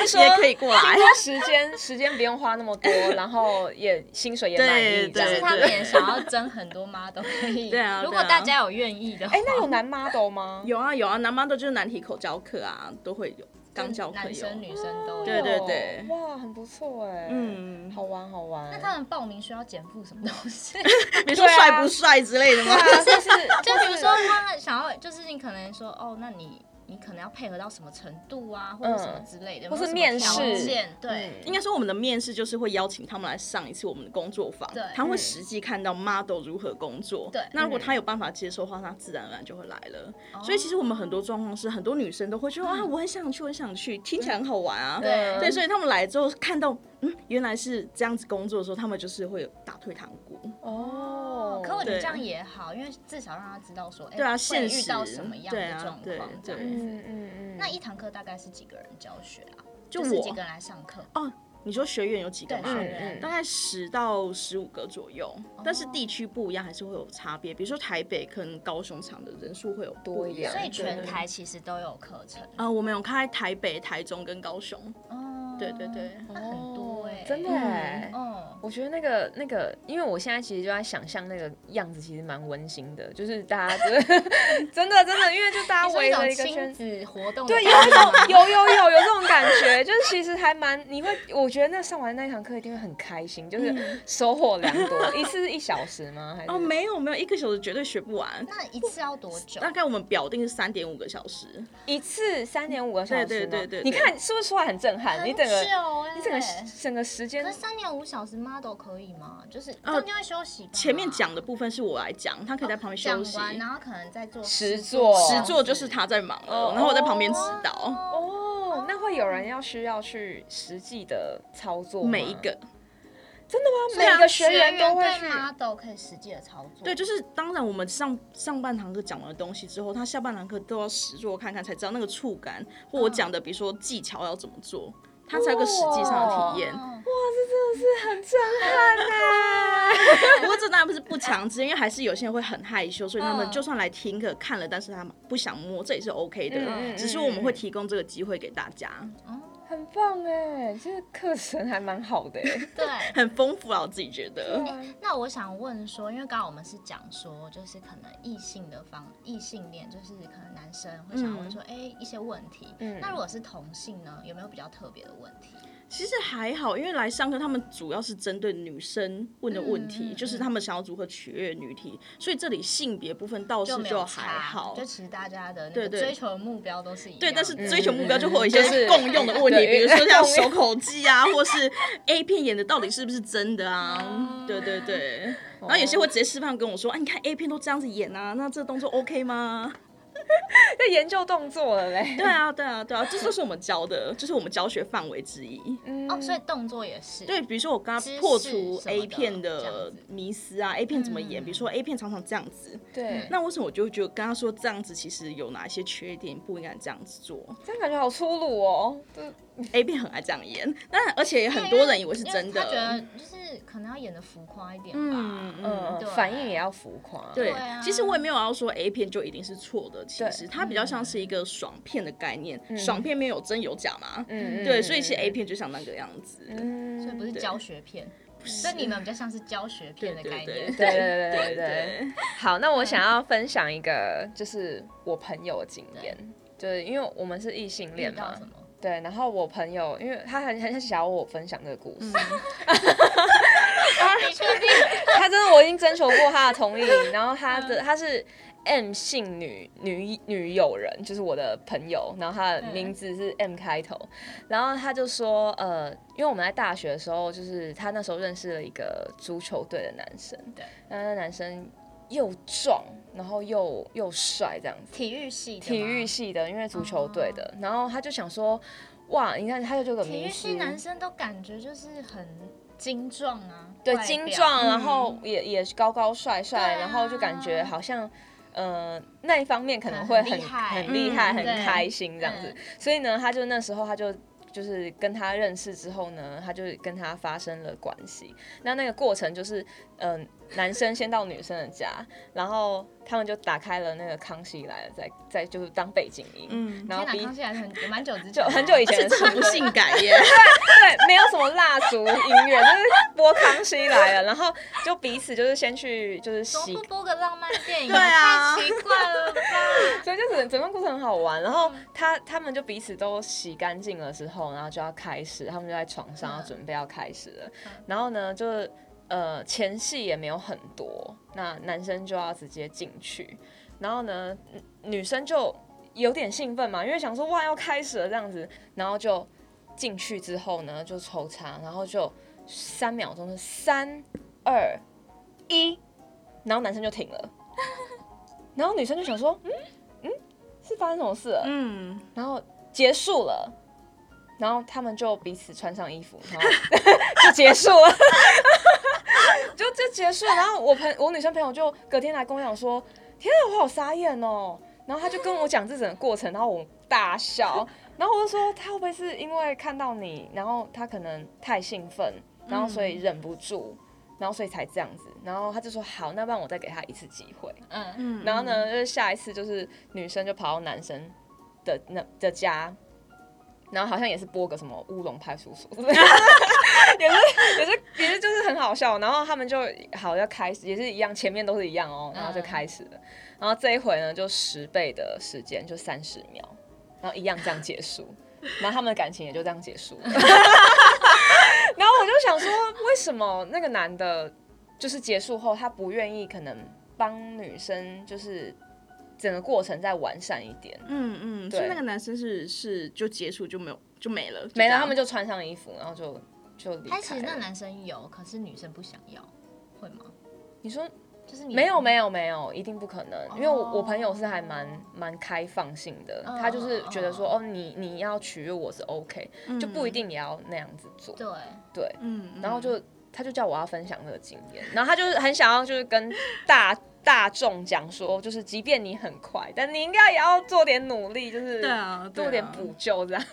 [SPEAKER 1] 说
[SPEAKER 3] 也可以过来
[SPEAKER 1] 听。说哎时间时间不用花那么多，然后也薪水也满意
[SPEAKER 3] 对
[SPEAKER 1] 这样
[SPEAKER 2] 就是
[SPEAKER 1] 子。
[SPEAKER 2] 他们也想要争很多 model，所以
[SPEAKER 3] 对啊对啊
[SPEAKER 2] 如果大家有愿意的话，
[SPEAKER 1] 哎、那有男 model 吗？
[SPEAKER 3] 有啊有啊，男 model 就是难题口交课啊，都会有刚教课
[SPEAKER 2] 男
[SPEAKER 3] 有。
[SPEAKER 2] 生女生都有。
[SPEAKER 3] 对对对
[SPEAKER 1] 哇，很不错哎、
[SPEAKER 3] 嗯
[SPEAKER 1] 好玩好玩。
[SPEAKER 2] 那他们报名需要减负什么东 西？
[SPEAKER 3] 比如说
[SPEAKER 1] 对啊
[SPEAKER 3] 帅不帅之类的吗？
[SPEAKER 1] 啊， 就是
[SPEAKER 2] 就比如
[SPEAKER 1] 是
[SPEAKER 2] 说他们想要，就是你可能说哦，那你你可能要配合到什么程度啊，或者什么
[SPEAKER 3] 嗯
[SPEAKER 2] 之类的，
[SPEAKER 1] 或是
[SPEAKER 2] 有没有
[SPEAKER 1] 面
[SPEAKER 2] 什么条
[SPEAKER 1] 试
[SPEAKER 2] 件对。
[SPEAKER 3] 应该说我们的面试就是会邀请他们来上一次我们的工作坊
[SPEAKER 2] 对，
[SPEAKER 3] 他会实际看到 model 如何工作。
[SPEAKER 2] 对
[SPEAKER 3] 那如果他有办法接受的话，他自然而然就会来了。所以其实我们很多状况是，很多女生都会觉得啊，我很想去，我很想去，听起来很好玩啊。
[SPEAKER 2] 对
[SPEAKER 3] 对，所以他们来之后看到，嗯，原来是这样子工作的时候，他们就是会有打退堂鼓。
[SPEAKER 1] 哦，
[SPEAKER 2] 可我觉得
[SPEAKER 3] 对
[SPEAKER 2] 这样也好，因为至少让他知道说，哎、
[SPEAKER 3] 对啊
[SPEAKER 2] 会
[SPEAKER 3] 现
[SPEAKER 2] 遇到
[SPEAKER 3] 实
[SPEAKER 2] 什么样
[SPEAKER 3] 对
[SPEAKER 2] 的
[SPEAKER 3] 啊
[SPEAKER 2] 状
[SPEAKER 3] 对
[SPEAKER 2] 况这
[SPEAKER 3] 对
[SPEAKER 2] 样子。
[SPEAKER 1] 嗯嗯嗯，
[SPEAKER 2] 那一堂课大概是几个人教学啊？
[SPEAKER 3] 就
[SPEAKER 2] 就是几
[SPEAKER 3] 我
[SPEAKER 2] 个，人来上课？
[SPEAKER 3] 你说学员有几个
[SPEAKER 2] 对，
[SPEAKER 3] 吗？
[SPEAKER 2] 学哦
[SPEAKER 1] 嗯
[SPEAKER 2] 员。
[SPEAKER 3] 大概十到十五个左右，但是地区不一样，还是会有差别。比如说台北跟高雄场的人数会有不一样，
[SPEAKER 1] 多
[SPEAKER 2] 所以
[SPEAKER 1] 一点
[SPEAKER 2] 全
[SPEAKER 3] 对
[SPEAKER 2] 台其实都有课程。
[SPEAKER 3] 啊、我们有开台北、台中跟高雄，
[SPEAKER 2] 哦，
[SPEAKER 3] 对对对哦
[SPEAKER 2] 那很多哎、
[SPEAKER 1] 真的哎、
[SPEAKER 2] 哦，
[SPEAKER 3] 嗯
[SPEAKER 1] 我觉得那个那个，因为我现在其实就在想象那个样子，其实蛮温馨的，就是 大家真的真的真的，因为就大
[SPEAKER 2] 你
[SPEAKER 1] 家
[SPEAKER 2] 说
[SPEAKER 1] 围
[SPEAKER 2] 一
[SPEAKER 1] 了
[SPEAKER 2] 种
[SPEAKER 1] 一个圈
[SPEAKER 2] 亲
[SPEAKER 1] 子。
[SPEAKER 2] 子活动的
[SPEAKER 1] 对，
[SPEAKER 2] 概
[SPEAKER 1] 有
[SPEAKER 2] 念吗，
[SPEAKER 1] 有有有有有这种感觉，就是其实还蛮，你会，我觉得那上完那一堂课一定会很开心，就是
[SPEAKER 2] 嗯
[SPEAKER 1] 收获良多。一次是一小时吗？还是
[SPEAKER 3] 哦，没有没有，一个小时绝对学不完。
[SPEAKER 2] 那一次要多久？啊
[SPEAKER 3] 大概我们表定是三点五个小时，
[SPEAKER 1] 一次三点五个小时吗？
[SPEAKER 3] 对对对对对
[SPEAKER 1] 你看是不是说来很震撼？你整个
[SPEAKER 2] 很久哎、
[SPEAKER 1] 你整个整个时间
[SPEAKER 2] 可是三点五小时 model 可以吗？就是
[SPEAKER 3] 呃
[SPEAKER 2] 中间会休息吧。
[SPEAKER 3] 前面讲的部分是我来讲，他可以在旁边休息
[SPEAKER 2] 讲。完，然啊后可能再做
[SPEAKER 1] 实
[SPEAKER 2] 作
[SPEAKER 1] 作
[SPEAKER 2] 这
[SPEAKER 3] 实
[SPEAKER 2] 样子，
[SPEAKER 3] 作就是他在忙
[SPEAKER 1] 哦
[SPEAKER 3] 了，然后我在旁边指导
[SPEAKER 2] 哦。
[SPEAKER 1] 哦，那会有人要需要去实际的操作吗
[SPEAKER 3] 每一个。啊
[SPEAKER 1] 真的吗？
[SPEAKER 2] 所以
[SPEAKER 1] 每一个学员
[SPEAKER 2] 啊员
[SPEAKER 1] 都会去
[SPEAKER 2] 对 model 可以实际的操作。
[SPEAKER 3] 对，就是当然，我们上上半堂课讲完的东西之后，
[SPEAKER 2] 嗯
[SPEAKER 3] 他下半堂课都要实做看看，才知道那个触感或我讲的，比如说技巧要怎么做，它才有个实际上的 体验。
[SPEAKER 2] 哦
[SPEAKER 1] 震撼呢、
[SPEAKER 3] 不过这当然不是不强制，因为还是有些人会很害羞，所以他们
[SPEAKER 2] 嗯
[SPEAKER 3] 就算来听课看了，但是他们不想摸，这也是 OK 的。
[SPEAKER 1] 嗯嗯
[SPEAKER 3] 只是我们会提供这个机会给大家，
[SPEAKER 2] 嗯
[SPEAKER 1] 很棒哎，这个课程还蛮好的哎。
[SPEAKER 2] 对。
[SPEAKER 3] 很丰富啊，我自己觉得。
[SPEAKER 2] 那我想问说，因为刚刚我们是讲说，就是可能异性的方异性恋，就是可能男生会想要
[SPEAKER 3] 嗯
[SPEAKER 2] 问说，哎、一些问题。
[SPEAKER 1] 嗯
[SPEAKER 2] 那如果是同性呢，有没有比较特别的问题？
[SPEAKER 3] 其实还好，因为来上课他们主要是针对女生问的问题，
[SPEAKER 2] 嗯嗯
[SPEAKER 3] 就是他们想要如何取悦女体，所以这里性别部分倒是
[SPEAKER 2] 没有
[SPEAKER 3] 还好
[SPEAKER 2] 差，就其实大家的那个
[SPEAKER 3] 对
[SPEAKER 2] 追求的目标都是一样的。
[SPEAKER 3] 对，但是
[SPEAKER 2] 嗯
[SPEAKER 3] 追求目标就会有
[SPEAKER 1] 嗯
[SPEAKER 3] 一
[SPEAKER 1] 嗯嗯就
[SPEAKER 3] 些
[SPEAKER 1] 是
[SPEAKER 3] 共用的问题，
[SPEAKER 1] 对
[SPEAKER 3] 比如说像
[SPEAKER 1] 共用
[SPEAKER 3] 手口技啊，或是 A 片演的到底是不是真的
[SPEAKER 2] 哦
[SPEAKER 3] 啊？对对对。然后有些会直接示范跟我说：“啊，你看 A 片都这样子演啊，那这动作 OK 吗
[SPEAKER 1] 在研究动作了嘞？”。
[SPEAKER 3] 对啊，对啊，对啊，这就是我们教的，就是我们教学范围之一。
[SPEAKER 1] 嗯
[SPEAKER 2] 哦，所以动作也是
[SPEAKER 3] 对，比如说我跟他
[SPEAKER 2] 知识
[SPEAKER 3] 破除
[SPEAKER 2] 什么
[SPEAKER 3] A
[SPEAKER 2] 的
[SPEAKER 3] 片
[SPEAKER 2] 这样
[SPEAKER 3] 的
[SPEAKER 2] 子
[SPEAKER 3] 迷思啊，A 片怎么演？
[SPEAKER 2] 嗯
[SPEAKER 3] 比如说 A 片常常这样子，
[SPEAKER 1] 对，
[SPEAKER 3] 那为什么我就觉得跟他说这样子其实有哪些缺点，不应该这样子做？
[SPEAKER 1] 这样感觉好粗鲁哦。对
[SPEAKER 3] A 片很爱这样演，但而且也很
[SPEAKER 2] 因
[SPEAKER 3] 多人以为是
[SPEAKER 2] 因为
[SPEAKER 3] 真
[SPEAKER 2] 他觉得
[SPEAKER 3] 的。
[SPEAKER 2] 就是可能要演的浮夸一点吧。
[SPEAKER 3] 嗯
[SPEAKER 1] 嗯
[SPEAKER 3] 嗯，，
[SPEAKER 2] 对
[SPEAKER 1] 反应也要浮夸。
[SPEAKER 3] 对
[SPEAKER 2] 对啊。
[SPEAKER 3] 其实我也没有要说 A 片就一定是错的，其实
[SPEAKER 1] 对嗯
[SPEAKER 3] 它比较像是一个爽片的概念，爽片没有真有假嘛。
[SPEAKER 1] 嗯，嗯
[SPEAKER 3] 对，所以其实 A，
[SPEAKER 1] 嗯
[SPEAKER 3] 片就像那个样子。
[SPEAKER 1] 嗯，
[SPEAKER 2] 所以不是
[SPEAKER 1] 对
[SPEAKER 2] 教学片，所以你们比较像是教学片的概念。
[SPEAKER 1] 对对对对
[SPEAKER 3] 对
[SPEAKER 1] 对。
[SPEAKER 3] 对，
[SPEAKER 1] 好，那
[SPEAKER 2] 嗯
[SPEAKER 1] 我想要分享一个，就是我朋友的经验，就是因为我们是异性
[SPEAKER 2] 遇
[SPEAKER 1] 恋
[SPEAKER 2] 到
[SPEAKER 1] 嘛
[SPEAKER 2] 什，么？
[SPEAKER 1] 对，然后我朋友，因为他很很想要我分享这个故
[SPEAKER 2] 嗯
[SPEAKER 1] 事，
[SPEAKER 2] 你确定？
[SPEAKER 1] 他真的我已经征求过他的同意，然后他
[SPEAKER 2] 嗯
[SPEAKER 1] 的他是 M 姓女女女友人，就是我的朋友，然后他的名字是 M 开头，然后他就说，呃，因为我们在大学的时候，就是他那时候认识了一个足球队的男生，
[SPEAKER 2] 对，
[SPEAKER 1] 那那男生又壮，然后又又帅这样子。
[SPEAKER 2] 体育系的吗，哦
[SPEAKER 1] 体育系的，因为足球队的，然后他就想说，哇，你看他就这个
[SPEAKER 2] 体
[SPEAKER 1] 迷
[SPEAKER 2] 育
[SPEAKER 1] 思
[SPEAKER 2] 系，男生都感觉就是很精壮啊，
[SPEAKER 1] 对，
[SPEAKER 2] 外表
[SPEAKER 1] 精壮，然
[SPEAKER 3] 嗯
[SPEAKER 1] 后也也高高帅帅，
[SPEAKER 2] 对啊
[SPEAKER 1] 然后就感觉好像。呃，那一方面可能
[SPEAKER 2] 很
[SPEAKER 1] 会
[SPEAKER 2] 厉
[SPEAKER 1] 很
[SPEAKER 2] 害
[SPEAKER 1] 很厉害、
[SPEAKER 3] 嗯
[SPEAKER 1] 很
[SPEAKER 2] 对
[SPEAKER 1] 开心这样子
[SPEAKER 2] 嗯，
[SPEAKER 1] 所以呢，他就那时候他就就是跟他认识之后呢，他就跟他发生了关系。那那个过程就是，嗯、男生先到女生的家，然后他们就打开了那个《康熙来了》，在在就是当背景音，
[SPEAKER 3] 嗯
[SPEAKER 1] 然后
[SPEAKER 2] 天
[SPEAKER 1] 比
[SPEAKER 2] 哪，康熙来很蛮久之前
[SPEAKER 1] 就
[SPEAKER 2] 了，
[SPEAKER 1] 很久以
[SPEAKER 3] 而
[SPEAKER 1] 前
[SPEAKER 3] 且
[SPEAKER 1] 的事
[SPEAKER 3] 这
[SPEAKER 1] 情
[SPEAKER 3] 很不性感 耶。
[SPEAKER 1] 对，没有什么蜡烛音乐，就是播《康熙来了》，然后就彼此就是先去就
[SPEAKER 2] 怎
[SPEAKER 1] 是洗
[SPEAKER 2] 么不，播个浪漫电影？
[SPEAKER 3] 对啊
[SPEAKER 2] 太奇怪 了吧！
[SPEAKER 1] 所以就整整段过程很好玩。然后他他们就彼此都洗干净了之后，然后就要开始，他们就在床上要
[SPEAKER 2] 嗯
[SPEAKER 1] 准备要开始了
[SPEAKER 2] 嗯。
[SPEAKER 1] 然后呢，就是呃前戏也没有很多，那男生就要直接进去，然后呢女女生就有点兴奋嘛，因为想说哇要开始了这样子，然后就进去之后呢就抽插，然后就三秒钟，三二一，然后男生就停了， 然后女生就想说嗯嗯是发生什么事了，
[SPEAKER 3] 嗯，
[SPEAKER 1] 然后结束了，然后他们就彼此穿上衣服，然后 就结束了， 就就结束了。然后我朋我女生朋友就隔天来跟我讲说：“天啊，我好傻眼哦。”然后她就跟我讲这整个过程，然后我大笑。 然后我就说：“她会不会是因为看到你，然后她可能太兴奋，然后所以忍不住，然后所以才这样子？”然后她就说：“好，那不然我再给她一次机会。”
[SPEAKER 2] 嗯，
[SPEAKER 1] 然后呢，就是下一次就是女生就跑到男生的那的家，然后好像也是播个什么乌龙派出所， 也是也是也是就是很好笑。然后他们就好要开始，也是一样，前面都是一样哦，然后就开始了。然后这一回呢，就十倍的时间，就三十秒，然后一样这样结束。然后他们的感情也就这样结束了。 然后我就想说，为什么那个男的，就是结束后他不愿意可能帮女生，就是整个过程再完善一点？
[SPEAKER 3] 嗯嗯，所以
[SPEAKER 1] 对
[SPEAKER 3] 那个男生是是就结束就没有就没了，
[SPEAKER 1] 没了，他们
[SPEAKER 3] 就
[SPEAKER 1] 就穿上衣服，然后就就离开
[SPEAKER 2] 但
[SPEAKER 1] 了。
[SPEAKER 2] 其实那男生有，可是女生不想要，会吗？
[SPEAKER 1] 你说
[SPEAKER 2] 就是你
[SPEAKER 1] 没有没有没有，一定不可能，因为我
[SPEAKER 2] 哦
[SPEAKER 1] 我朋友是还蛮蛮开放性的，他就是觉得说
[SPEAKER 2] 嗯
[SPEAKER 1] 哦，你你要取悦我是 OK，就不一定也要那样子做。
[SPEAKER 2] 对，
[SPEAKER 1] 对，
[SPEAKER 3] 嗯，嗯
[SPEAKER 1] 然后就他就叫我要分享这个经验，然后他就是很想要就是跟大大众讲说，就是即便你很快，但你应该也要做点努力，就是
[SPEAKER 3] 对啊对啊
[SPEAKER 1] 做点补救这样。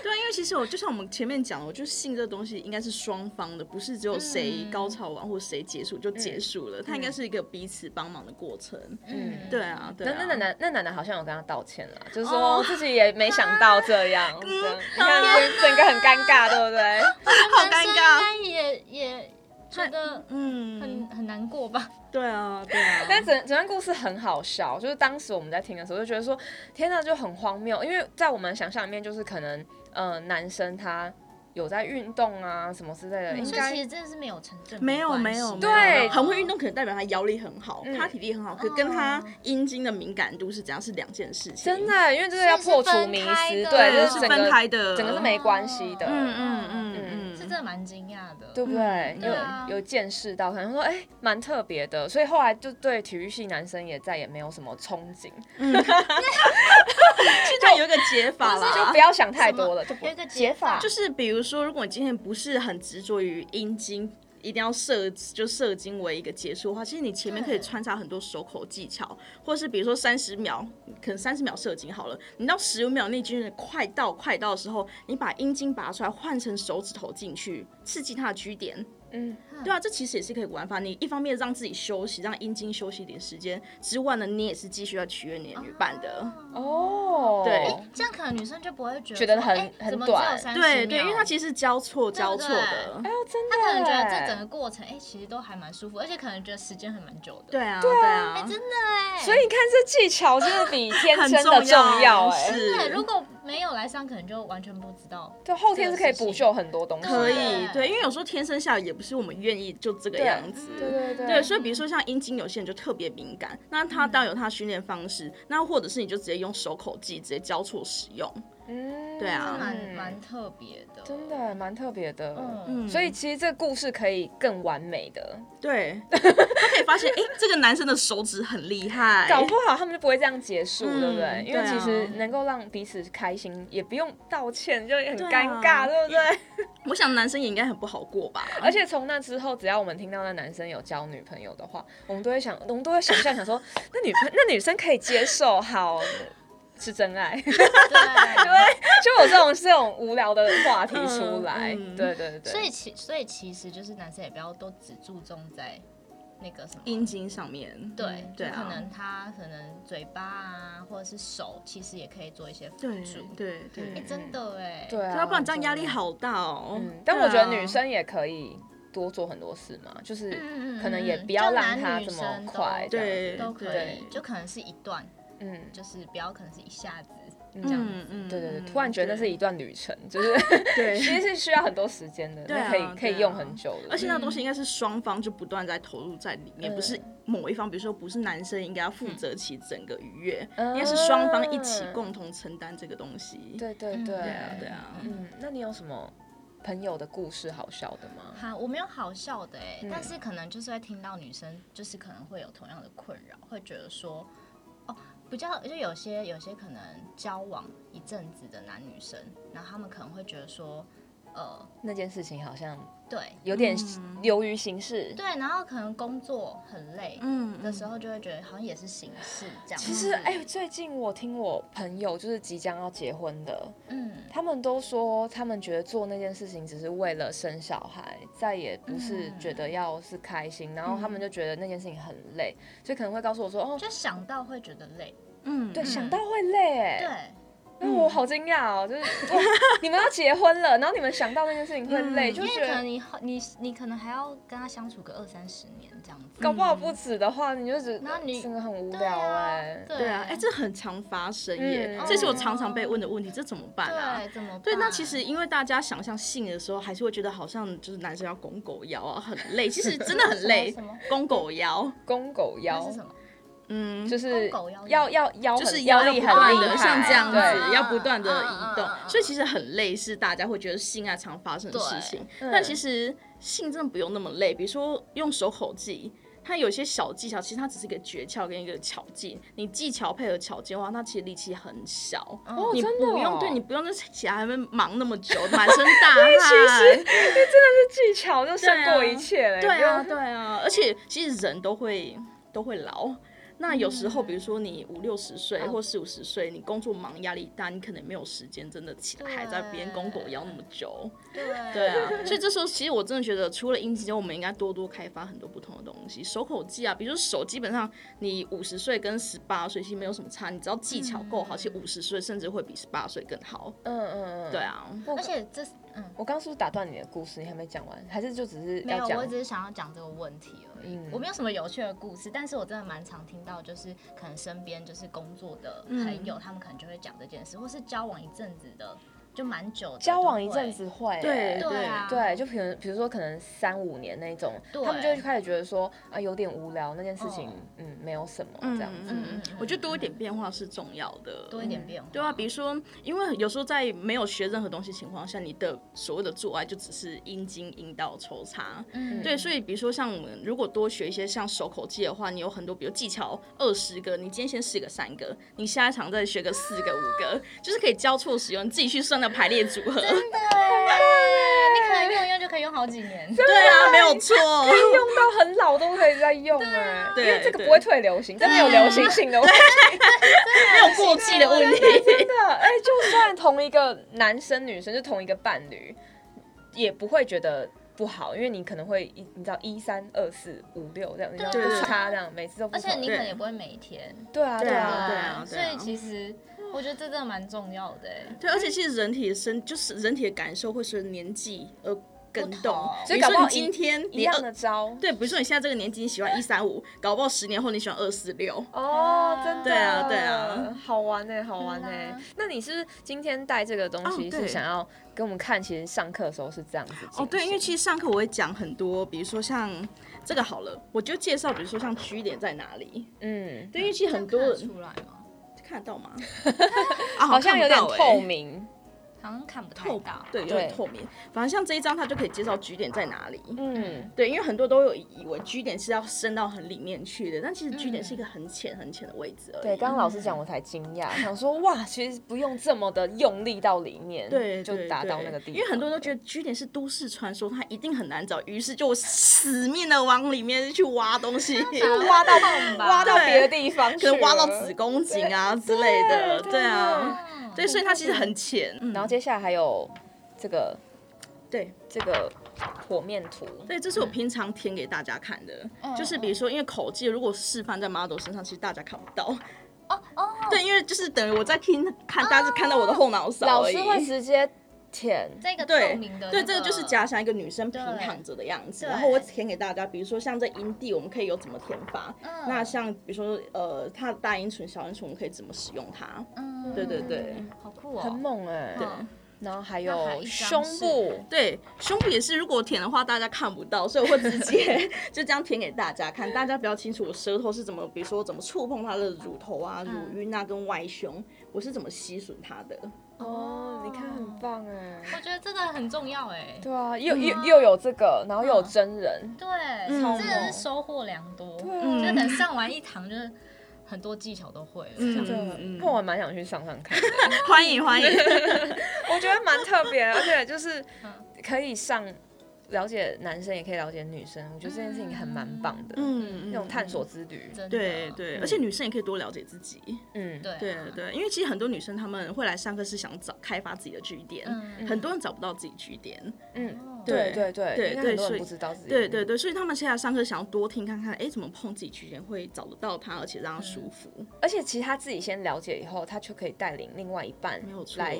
[SPEAKER 3] 对啊，因为其实我就像我们前面讲的，我就性这东西应该是双方的，不是只有谁
[SPEAKER 2] 嗯
[SPEAKER 3] 高潮完或谁结束就
[SPEAKER 1] 嗯
[SPEAKER 3] 结束了，它应该是一个彼此帮忙的过程。
[SPEAKER 2] 嗯
[SPEAKER 3] 对啊，对
[SPEAKER 1] 那
[SPEAKER 3] 啊。
[SPEAKER 1] 那奶奶那奶奶好像有跟他道歉 啦，就是
[SPEAKER 3] 哦
[SPEAKER 1] 说自己也没想到这样，这样你看整整个很尴尬，
[SPEAKER 2] 哦
[SPEAKER 1] 对不对？
[SPEAKER 3] 好尴尬
[SPEAKER 2] 嗯男
[SPEAKER 1] 哦
[SPEAKER 2] 生应该也也觉得很
[SPEAKER 3] 嗯，
[SPEAKER 2] 很难过吧？
[SPEAKER 3] 对啊，对啊。
[SPEAKER 1] 但整整段故事很好笑，就是当时我们在听的时候就觉得说，天哪，就很荒谬，因为在我们想象里面就是可能，呃，男生他有在运动啊什么之类的，应
[SPEAKER 2] 嗯所以
[SPEAKER 1] 该
[SPEAKER 2] 其实真的是没有成正比
[SPEAKER 3] 没有
[SPEAKER 2] 关系
[SPEAKER 3] 没有，没有
[SPEAKER 1] 对
[SPEAKER 3] 很会运动可能代表他腰力很好，
[SPEAKER 1] 嗯
[SPEAKER 3] 他体力很好，可跟他阴茎的敏感度是怎样是两件事情。
[SPEAKER 1] 真的，因为这个要破除迷
[SPEAKER 2] 所以是分开的
[SPEAKER 1] 思，对，
[SPEAKER 3] 对，
[SPEAKER 1] 就是是整
[SPEAKER 3] 分
[SPEAKER 1] 个
[SPEAKER 3] 开的，
[SPEAKER 1] 整个
[SPEAKER 2] 哦
[SPEAKER 1] 是没关系的，
[SPEAKER 3] 嗯嗯嗯嗯，
[SPEAKER 2] 是真的蛮惊讶的。
[SPEAKER 1] 对不对？
[SPEAKER 3] 嗯
[SPEAKER 1] 有、
[SPEAKER 2] 对啊
[SPEAKER 1] 有见识到，可能说哎，蛮特别的，所以后来就对体育系男生也再也没有什么憧憬，
[SPEAKER 3] 现在有一个解法
[SPEAKER 1] 就
[SPEAKER 3] 啦
[SPEAKER 1] 不。要想太多了，就
[SPEAKER 2] 什么
[SPEAKER 1] 不
[SPEAKER 2] 有一个解法
[SPEAKER 3] 就是比如说，如果你今天不是很执着于阴茎，一定要射就射精为一个结束的话，其实你前面可以
[SPEAKER 2] 对
[SPEAKER 3] 穿插很多手口技巧，或是比如说三十秒，可能三十秒射精好了，你到十五秒内经的快到快到的时候，你把阴茎拔出来换成手指头进去，刺激它的居点。
[SPEAKER 1] 嗯，
[SPEAKER 3] 对啊，这其实也是可以玩法。你一方面让自己休息，让阴茎休息一点时间之外呢，你也是继续要取悦你的女伴的。
[SPEAKER 1] 哦，
[SPEAKER 3] 对
[SPEAKER 2] 这样可能女生就不会觉得
[SPEAKER 1] 觉得
[SPEAKER 2] 说
[SPEAKER 1] 很
[SPEAKER 2] 哎
[SPEAKER 1] 很
[SPEAKER 2] 怎么
[SPEAKER 1] 短
[SPEAKER 2] 只有30
[SPEAKER 3] 对对，因为它
[SPEAKER 2] 秒
[SPEAKER 3] 其实是交错交错
[SPEAKER 2] 对
[SPEAKER 3] 的。
[SPEAKER 1] 哎呦，真的，
[SPEAKER 2] 他可能觉得这整个过程，哎、其实都还蛮舒服，而且可能觉得时间还蛮久的。
[SPEAKER 3] 对啊，对啊，
[SPEAKER 2] 真的哎、
[SPEAKER 1] 所以你看，这技巧真的比天
[SPEAKER 3] 很
[SPEAKER 1] 生的重要哎、
[SPEAKER 3] 是
[SPEAKER 2] 对，如果没有来上，可能就完全不知道。
[SPEAKER 1] 对，后天是可以补救很多东西的。
[SPEAKER 3] 可以
[SPEAKER 2] 对，
[SPEAKER 3] 对，因为有时候天生下来也不是我们愿意就这个
[SPEAKER 1] 对
[SPEAKER 3] 样子。
[SPEAKER 1] 对对对。
[SPEAKER 3] 对，所以比如说像阴茎，有些人就特别敏感，那他
[SPEAKER 1] 嗯
[SPEAKER 3] 当然有他的训练方式，那或者是你就直接用手口技直接交错使用，
[SPEAKER 1] 嗯
[SPEAKER 3] 对啊
[SPEAKER 2] 是蛮蛮特别的，
[SPEAKER 1] 真的蛮特别的。
[SPEAKER 2] 嗯，
[SPEAKER 1] 所以其实这个故事可以更完美的，
[SPEAKER 3] 对，他可以发现，哎、这个男生的手指很厉 害，
[SPEAKER 1] 搞不好他们就不会这样结束，
[SPEAKER 3] 哎嗯
[SPEAKER 1] 对不对？因为
[SPEAKER 3] 对啊
[SPEAKER 1] 其实能够让彼此开心，也不用道歉，就很
[SPEAKER 3] 对啊
[SPEAKER 1] 尴尬，对不对？
[SPEAKER 3] 我想男生也应该很不好过吧，
[SPEAKER 1] 而且从那之后，只要我们听到那男生有交女朋友的话，我们都会想，我们都会想象想说， 那女朋那女生可以接受，好是真爱。
[SPEAKER 2] 对。
[SPEAKER 1] 就有这种这种无聊的话题出来，
[SPEAKER 3] 嗯嗯
[SPEAKER 1] 对对对。
[SPEAKER 2] 所以其所以其实就是男生也不要都只注重在那个什么。
[SPEAKER 3] 阴茎上面，
[SPEAKER 2] 对，
[SPEAKER 3] 对
[SPEAKER 2] 就可
[SPEAKER 3] 啊，
[SPEAKER 2] 能他可能嘴巴啊，或者是手，其实也可以做一些辅
[SPEAKER 3] 对
[SPEAKER 2] 助。
[SPEAKER 3] 对对，
[SPEAKER 2] 哎，真的哎，
[SPEAKER 1] 对啊，
[SPEAKER 3] 要不然这样压力好大哦。
[SPEAKER 1] 真的。嗯，但我觉得女生也可以多做很多事嘛，就是
[SPEAKER 2] 嗯嗯嗯
[SPEAKER 1] 可能也
[SPEAKER 2] 嗯
[SPEAKER 1] 不要
[SPEAKER 2] 就
[SPEAKER 1] 让
[SPEAKER 2] 男
[SPEAKER 1] 它
[SPEAKER 2] 女
[SPEAKER 1] 这么
[SPEAKER 2] 生都
[SPEAKER 1] 快，
[SPEAKER 3] 对
[SPEAKER 2] 都可
[SPEAKER 1] 对
[SPEAKER 2] 以，就可能是一段，
[SPEAKER 1] 嗯
[SPEAKER 2] 就是不要可能是一下子。
[SPEAKER 1] 这样。
[SPEAKER 3] 嗯嗯，
[SPEAKER 1] 对对对，突然觉得那是一段旅程，就是
[SPEAKER 3] 对。
[SPEAKER 1] 其实是需要很多时间的，
[SPEAKER 3] 对啊
[SPEAKER 1] 那可以可
[SPEAKER 3] 对啊
[SPEAKER 1] 以用很久的。
[SPEAKER 3] 而且那个东
[SPEAKER 2] 嗯
[SPEAKER 3] 西应该是双方就不断在投入在里面，
[SPEAKER 1] 嗯
[SPEAKER 3] 不是某一方，比如说不是男生应该要负责起整个愉悦，
[SPEAKER 1] 嗯
[SPEAKER 3] 应该是双方一起共同承担这个东西。
[SPEAKER 1] 对对
[SPEAKER 2] 嗯
[SPEAKER 1] 对
[SPEAKER 2] 对
[SPEAKER 3] 啊，对啊，
[SPEAKER 1] 嗯，那你有什么朋友的故事好笑的吗？
[SPEAKER 2] 哈，我没有好笑的哎、
[SPEAKER 1] 嗯
[SPEAKER 2] 但是可能就是会听到女生，就是可能会有同样的困扰，会觉得说，哦，比较就有些有些可能交往一阵子的男女生，然后他们可能会觉得说，呃，
[SPEAKER 1] 那件事情好像
[SPEAKER 2] 对
[SPEAKER 1] 有点流于形式，
[SPEAKER 2] 对，啊然后可能工作很累，
[SPEAKER 3] 嗯
[SPEAKER 2] 的时候就会觉得好像也是形式这样子。
[SPEAKER 1] 其实，哎、最近我听我朋友就是即将要结婚的，
[SPEAKER 2] 嗯，
[SPEAKER 1] 他们都说他们觉得做那件事情只是为了生小孩，再也不是觉得要是开心，然后他们就觉得那件事情很累，所以可能会告诉我说，哦，
[SPEAKER 2] 就想到会觉得累，
[SPEAKER 3] 嗯，
[SPEAKER 1] 对，
[SPEAKER 3] 嗯
[SPEAKER 1] 想到会累，哎，
[SPEAKER 2] 对，
[SPEAKER 1] 那我好惊讶哦，就是哇你们要结婚了，然后你们想到那件事情会累，
[SPEAKER 3] 嗯
[SPEAKER 1] 就
[SPEAKER 2] 因
[SPEAKER 1] 觉
[SPEAKER 2] 为可能
[SPEAKER 1] 得。
[SPEAKER 2] 你后你你可能还要跟他相处个二三十年这样子。
[SPEAKER 1] 搞不好不止的话，你就只
[SPEAKER 2] 然后嗯你
[SPEAKER 1] 真的很无
[SPEAKER 2] 对
[SPEAKER 1] 聊
[SPEAKER 2] 啊
[SPEAKER 1] 哎、
[SPEAKER 2] 对
[SPEAKER 3] 对啊，哎，这很常发生耶
[SPEAKER 1] 嗯，
[SPEAKER 3] 这是我常常被问的问题，这怎么办
[SPEAKER 2] 哦
[SPEAKER 3] 啊
[SPEAKER 2] 对？怎么办？
[SPEAKER 3] 对，那其实因为大家想象性的时候，还是会觉得好像就是男生要拱狗腰啊，很累。其实真的很累
[SPEAKER 2] 什么什么，
[SPEAKER 3] 拱狗腰，
[SPEAKER 1] 公狗
[SPEAKER 2] 那
[SPEAKER 1] 腰
[SPEAKER 2] 是什么？
[SPEAKER 3] 嗯，
[SPEAKER 1] 就是
[SPEAKER 2] 公狗腰
[SPEAKER 1] 要要腰很，
[SPEAKER 3] 就是
[SPEAKER 1] 腰
[SPEAKER 3] 要
[SPEAKER 1] 力
[SPEAKER 3] 不
[SPEAKER 1] 很
[SPEAKER 3] 断
[SPEAKER 1] 厉
[SPEAKER 3] 的
[SPEAKER 1] 害，
[SPEAKER 3] 像这样子，
[SPEAKER 1] 对
[SPEAKER 3] 要不断的移动
[SPEAKER 2] 嗯嗯嗯，嗯
[SPEAKER 3] 所以其实很累，是大家会觉得性爱常发生的事情。但其实性真的不用那么累，比如说用手口技。它有些小技巧，其实它只是一个诀窍跟一个巧技。你技巧配合巧技的话，那其实力气很小。
[SPEAKER 2] 哦
[SPEAKER 3] 你
[SPEAKER 1] 真的
[SPEAKER 3] 不用
[SPEAKER 1] 哦
[SPEAKER 3] 对你不用在起来还没忙那么久，满身 大汗。
[SPEAKER 1] 技巧就胜过一切嘞。
[SPEAKER 3] 对啊，
[SPEAKER 1] 你就
[SPEAKER 3] 对啊，而且其实人都会。都会老。那有时候，比如说你五六十岁或四五十岁，你工作忙、压力大，你可能没有时间真的起来还在边公狗咬那么久。
[SPEAKER 2] 对
[SPEAKER 3] 对啊，所以这时候其实我真的觉得，除了音之外，我们应该多多开发很多不同的东西，手口技啊，比如说手，基本上你五十岁跟十八岁其实没有什么差，你只要技巧够好，其实五十岁甚至会比十八岁更好。
[SPEAKER 1] 嗯嗯嗯，
[SPEAKER 3] 对。啊，
[SPEAKER 2] 而且这是嗯，
[SPEAKER 1] 我刚刚是不是打断你的故事？你还没讲完，还是就只是
[SPEAKER 2] 没
[SPEAKER 1] 要
[SPEAKER 2] 有，
[SPEAKER 1] 讲
[SPEAKER 2] 我只是想要讲这个问题而已。
[SPEAKER 1] 嗯
[SPEAKER 2] 我没有什么有趣的故事，但是我真的蛮常听到，就是可能身边就是工作的朋友，他们可能就会讲这件事，或是交往一阵子的，就蛮久的，
[SPEAKER 1] 交往一
[SPEAKER 2] 就会
[SPEAKER 1] 阵子会、欸，
[SPEAKER 3] 对
[SPEAKER 2] 对啊，
[SPEAKER 1] 对，就比如比如说可能三五年那一种，
[SPEAKER 2] 对
[SPEAKER 1] 他们就会开始觉得说啊有点无聊，那件事情
[SPEAKER 2] 哦
[SPEAKER 1] 嗯没有什么
[SPEAKER 3] 嗯
[SPEAKER 1] 这样子，
[SPEAKER 3] 嗯嗯
[SPEAKER 2] 嗯
[SPEAKER 3] 我觉得多一点变化是重要的。
[SPEAKER 2] 多一
[SPEAKER 1] 嗯
[SPEAKER 2] 点变化。
[SPEAKER 3] 对啊，比如说，因为有时候在没有学任何东西情况下，你的所谓的做爱就只是阴茎、阴道抽插。
[SPEAKER 2] 嗯
[SPEAKER 3] 对，所以比如说像我们如果多学一些像手口技的话，你有很多，比如技巧二十个，你今天先试个三个，你下一场再学个四个、五个，就是可以交错使用，你自己去算那排列组合。
[SPEAKER 2] 真的耶，你可能用一用就可以用好几年。
[SPEAKER 3] 对啊，没有错。
[SPEAKER 1] 用到很老都可以再用哎、
[SPEAKER 2] 啊
[SPEAKER 3] 对
[SPEAKER 1] 因为这个
[SPEAKER 3] 对
[SPEAKER 1] 不会退流行，真的有流行性的问题，
[SPEAKER 3] 没有过气的问 题。
[SPEAKER 1] 真的哎、就算同一个男生女生就同一个伴侣，也不会觉得。不好，因为你可能会一，你知道一三二四五六这样，你知道
[SPEAKER 2] 对
[SPEAKER 1] 不
[SPEAKER 3] 对
[SPEAKER 1] 差这样，每次都不
[SPEAKER 2] 而且
[SPEAKER 1] 同
[SPEAKER 2] 你可能也不会每天，
[SPEAKER 1] 对啊对
[SPEAKER 3] 对
[SPEAKER 1] 啊
[SPEAKER 3] 啊
[SPEAKER 2] 所
[SPEAKER 3] 对啊
[SPEAKER 2] 以其实我觉得这真的蛮重要的欸耶。
[SPEAKER 3] 对， 啊而且其实人体的身就是人体的感受会随着年纪而更
[SPEAKER 2] 不
[SPEAKER 3] 动
[SPEAKER 2] 同，
[SPEAKER 3] 比
[SPEAKER 1] 所以
[SPEAKER 3] 如
[SPEAKER 1] 搞不
[SPEAKER 3] 说
[SPEAKER 1] 好
[SPEAKER 3] 你今天
[SPEAKER 1] 一
[SPEAKER 3] 你
[SPEAKER 1] 样
[SPEAKER 3] 二
[SPEAKER 1] 的招，
[SPEAKER 3] 对，比如说你现在这个年纪，你喜欢一三五，搞不好十年后你喜欢二四六。
[SPEAKER 1] 哦，真的，
[SPEAKER 3] 对啊对啊，
[SPEAKER 1] 好玩呢、好玩呢、
[SPEAKER 2] 嗯啊
[SPEAKER 1] 那你是不是今天带这个东西
[SPEAKER 3] 哦
[SPEAKER 1] 是
[SPEAKER 3] 对
[SPEAKER 1] 想要跟我们看？其实上课的时候是这样子进行
[SPEAKER 3] 哦，对，因为其实上课我会讲很多，比如说像这个好了，我就介绍，比如说像居点在哪里。
[SPEAKER 1] 嗯，
[SPEAKER 3] 对，因为其实很多
[SPEAKER 2] 看得
[SPEAKER 3] 人
[SPEAKER 2] 出来吗？
[SPEAKER 3] 看得 到吗？啊，
[SPEAKER 1] 好像有点透
[SPEAKER 3] 透
[SPEAKER 1] 明，
[SPEAKER 2] 好像看不太
[SPEAKER 3] 透
[SPEAKER 2] 到。
[SPEAKER 3] 对，有点
[SPEAKER 1] 对
[SPEAKER 3] 透明。反正像这一张，它就可以介绍居点在哪里。
[SPEAKER 1] 嗯，
[SPEAKER 3] 对，因为很多都有以为居点是要伸到很里面去的，但其实居点是一个很浅很浅的位置而已。
[SPEAKER 1] 嗯对，刚刚老师讲
[SPEAKER 3] 嗯
[SPEAKER 1] 我才惊讶，想说哇，其实不用这么的用力到里面，
[SPEAKER 3] 对，
[SPEAKER 1] 就
[SPEAKER 3] 对
[SPEAKER 1] 达到
[SPEAKER 3] 对
[SPEAKER 1] 那个地方，
[SPEAKER 3] 因为很多人都觉得居点是都市传说，它一定很难找，于是就死命的往里面去挖 东西，
[SPEAKER 2] 啊
[SPEAKER 1] 挖到挖到
[SPEAKER 3] 对
[SPEAKER 1] 别的地方去
[SPEAKER 3] 可
[SPEAKER 1] 了，
[SPEAKER 3] 能挖到子宫颈啊之类的，
[SPEAKER 1] 对
[SPEAKER 3] 对啊，
[SPEAKER 2] 嗯
[SPEAKER 3] 对，所以它其实很浅，嗯
[SPEAKER 1] 然后接下来还有这个
[SPEAKER 3] 对
[SPEAKER 1] 这个火面图，
[SPEAKER 3] 对，这是我平常填给大家看的，
[SPEAKER 1] 嗯
[SPEAKER 3] 就是比如说，因为口技如果示范在 model 身上，其实大家看不到，
[SPEAKER 2] 哦哦，
[SPEAKER 3] 对，因为就是等于我在听看，大家是看到我的后脑勺
[SPEAKER 1] 老
[SPEAKER 3] 而已
[SPEAKER 1] 师。会直接舔，
[SPEAKER 2] 这个
[SPEAKER 3] 对
[SPEAKER 2] 透明的，
[SPEAKER 3] 对，这个就是假想一个女生平躺着的样子，
[SPEAKER 2] 对
[SPEAKER 3] 然后我填给大家，比如说像这阴蒂，我们可以有怎么填法？
[SPEAKER 2] 嗯
[SPEAKER 3] 那像比如说呃，它的大阴唇、小阴唇，我们可以怎么使用它？
[SPEAKER 2] 嗯，
[SPEAKER 3] 对对对，
[SPEAKER 2] 好酷哦，
[SPEAKER 1] 很猛哎、
[SPEAKER 3] 欸对
[SPEAKER 2] 嗯
[SPEAKER 1] 然后还
[SPEAKER 2] 那还
[SPEAKER 1] 有
[SPEAKER 2] 一张
[SPEAKER 1] 胸
[SPEAKER 2] 是
[SPEAKER 1] 部，
[SPEAKER 3] 对，胸部也是，如果舔的话大家看不到，所以我会直接 就这样舔给大家看，大家比较清楚我舌头是怎么，比如说怎么触碰它的乳头啊、乳晕啊跟外胸，我是怎么吸吮它的。
[SPEAKER 1] 哦，你看很棒哎。
[SPEAKER 2] 我觉得这个很重要哎。
[SPEAKER 1] 对啊，又又又有这个，然后又有真人，
[SPEAKER 2] 对，
[SPEAKER 3] 嗯
[SPEAKER 2] 真的是收获良多。
[SPEAKER 1] 啊
[SPEAKER 2] 就是可能上完一堂，就是很多技巧都会了。这样
[SPEAKER 1] 真的
[SPEAKER 3] 嗯嗯，
[SPEAKER 1] 那我蛮想去上上看的，
[SPEAKER 3] 欢迎欢迎，
[SPEAKER 1] 我觉得蛮特别的，而且就是
[SPEAKER 2] 嗯
[SPEAKER 1] 可以上了解男生，也可以了解女生，我觉得这件事情还蛮棒的，
[SPEAKER 3] 嗯，
[SPEAKER 1] 那种探索之旅，
[SPEAKER 2] 真的
[SPEAKER 3] 对对，而且女生也可以多了解自己。
[SPEAKER 1] 嗯，
[SPEAKER 2] 对啊
[SPEAKER 3] 对对，因为其实很多女生她们会来上课是想找开发自己的据点，
[SPEAKER 2] 嗯
[SPEAKER 3] 很多人找不到自己据点。
[SPEAKER 1] 嗯，
[SPEAKER 3] 对
[SPEAKER 1] 对对对，
[SPEAKER 3] 对
[SPEAKER 1] 应该
[SPEAKER 3] 对
[SPEAKER 1] 很多
[SPEAKER 3] 所
[SPEAKER 1] 人
[SPEAKER 3] 以
[SPEAKER 1] 不知道自己，
[SPEAKER 3] 对对，对，所以他们现在上课想要多听看看，哎，怎么碰自己据点会找得到它，而且让它舒服，
[SPEAKER 1] 而且其实他自己先了解以后，他就可以带领另外一半
[SPEAKER 3] 没有错。
[SPEAKER 1] 来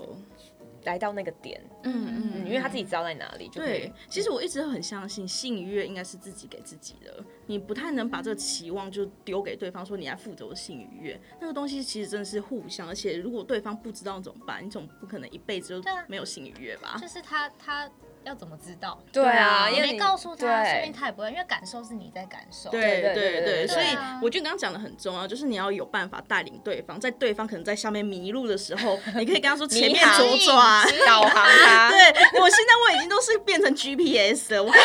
[SPEAKER 1] 来到那个点，
[SPEAKER 3] 嗯
[SPEAKER 1] 嗯，因为他自己知道在哪里，就可以
[SPEAKER 3] 对，其实我一直很相信性愉悦应该是自己给自己的，你不太能把这个期望就丢给对方，说你来负责我性愉悦，那个东西其实真的是互相，而且如果对方不知道怎么办，你总不可能一辈子就
[SPEAKER 2] 对啊
[SPEAKER 3] 没有性愉悦吧
[SPEAKER 2] 就？是他他要怎么知道？
[SPEAKER 1] 对啊，
[SPEAKER 3] 对啊
[SPEAKER 1] 因
[SPEAKER 2] 你
[SPEAKER 1] 为
[SPEAKER 2] 没
[SPEAKER 1] 你
[SPEAKER 2] 告诉他，
[SPEAKER 1] 对
[SPEAKER 2] 说明他也不会，因为感受是你在感受。
[SPEAKER 3] 对
[SPEAKER 1] 对对对
[SPEAKER 3] 对所以
[SPEAKER 2] 对啊
[SPEAKER 3] 我觉得刚刚讲的很重要，就是你要有办法带领对方，在对方可能在下面迷路的时候， 你可以跟他说前面
[SPEAKER 1] 航
[SPEAKER 3] 左转。
[SPEAKER 1] 导航 他，
[SPEAKER 3] 对，我现在我已经都是变成 GPS 了，我 可以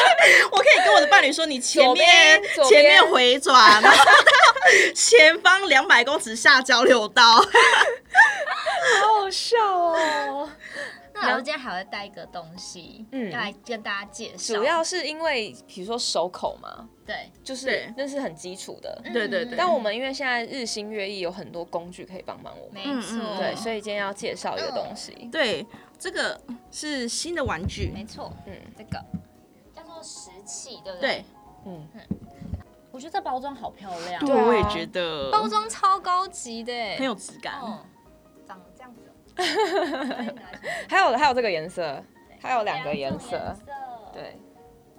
[SPEAKER 3] 我可以跟我的伴侣说，你前
[SPEAKER 1] 左
[SPEAKER 3] 面
[SPEAKER 1] 边左
[SPEAKER 3] 前
[SPEAKER 1] 边
[SPEAKER 3] 面回转，然后到前方两百公尺下交流道。
[SPEAKER 1] 好好笑哦。
[SPEAKER 2] 那然后今天还会带一个东西，嗯，要来跟大家介绍。
[SPEAKER 1] 主要是因为比如说手口嘛，
[SPEAKER 2] 对，嗯
[SPEAKER 1] 就是
[SPEAKER 3] 对
[SPEAKER 1] 那是很基础的。
[SPEAKER 3] 对对对
[SPEAKER 1] 但我们因为现在日新月异，有很多工具可以帮忙我
[SPEAKER 2] 没。
[SPEAKER 1] 们
[SPEAKER 3] 嗯
[SPEAKER 2] 错，嗯
[SPEAKER 3] 嗯
[SPEAKER 1] 对，所以今天要介绍一个东西，
[SPEAKER 3] 对，这个是新的玩具，
[SPEAKER 2] 没错，
[SPEAKER 1] 嗯
[SPEAKER 2] 这个叫做石器，对不
[SPEAKER 3] 对
[SPEAKER 2] 对？，
[SPEAKER 1] 嗯，
[SPEAKER 2] 我觉得这包装好漂亮，
[SPEAKER 1] 对啊
[SPEAKER 3] 我也觉得
[SPEAKER 2] 包装超高级的，
[SPEAKER 3] 很有质感。
[SPEAKER 2] 嗯，长这样子哦。
[SPEAKER 1] 还有还有这个颜色， 还有两
[SPEAKER 2] 两
[SPEAKER 1] 个
[SPEAKER 2] 种
[SPEAKER 1] 颜
[SPEAKER 2] 颜
[SPEAKER 1] 色，
[SPEAKER 2] 对，
[SPEAKER 1] 对，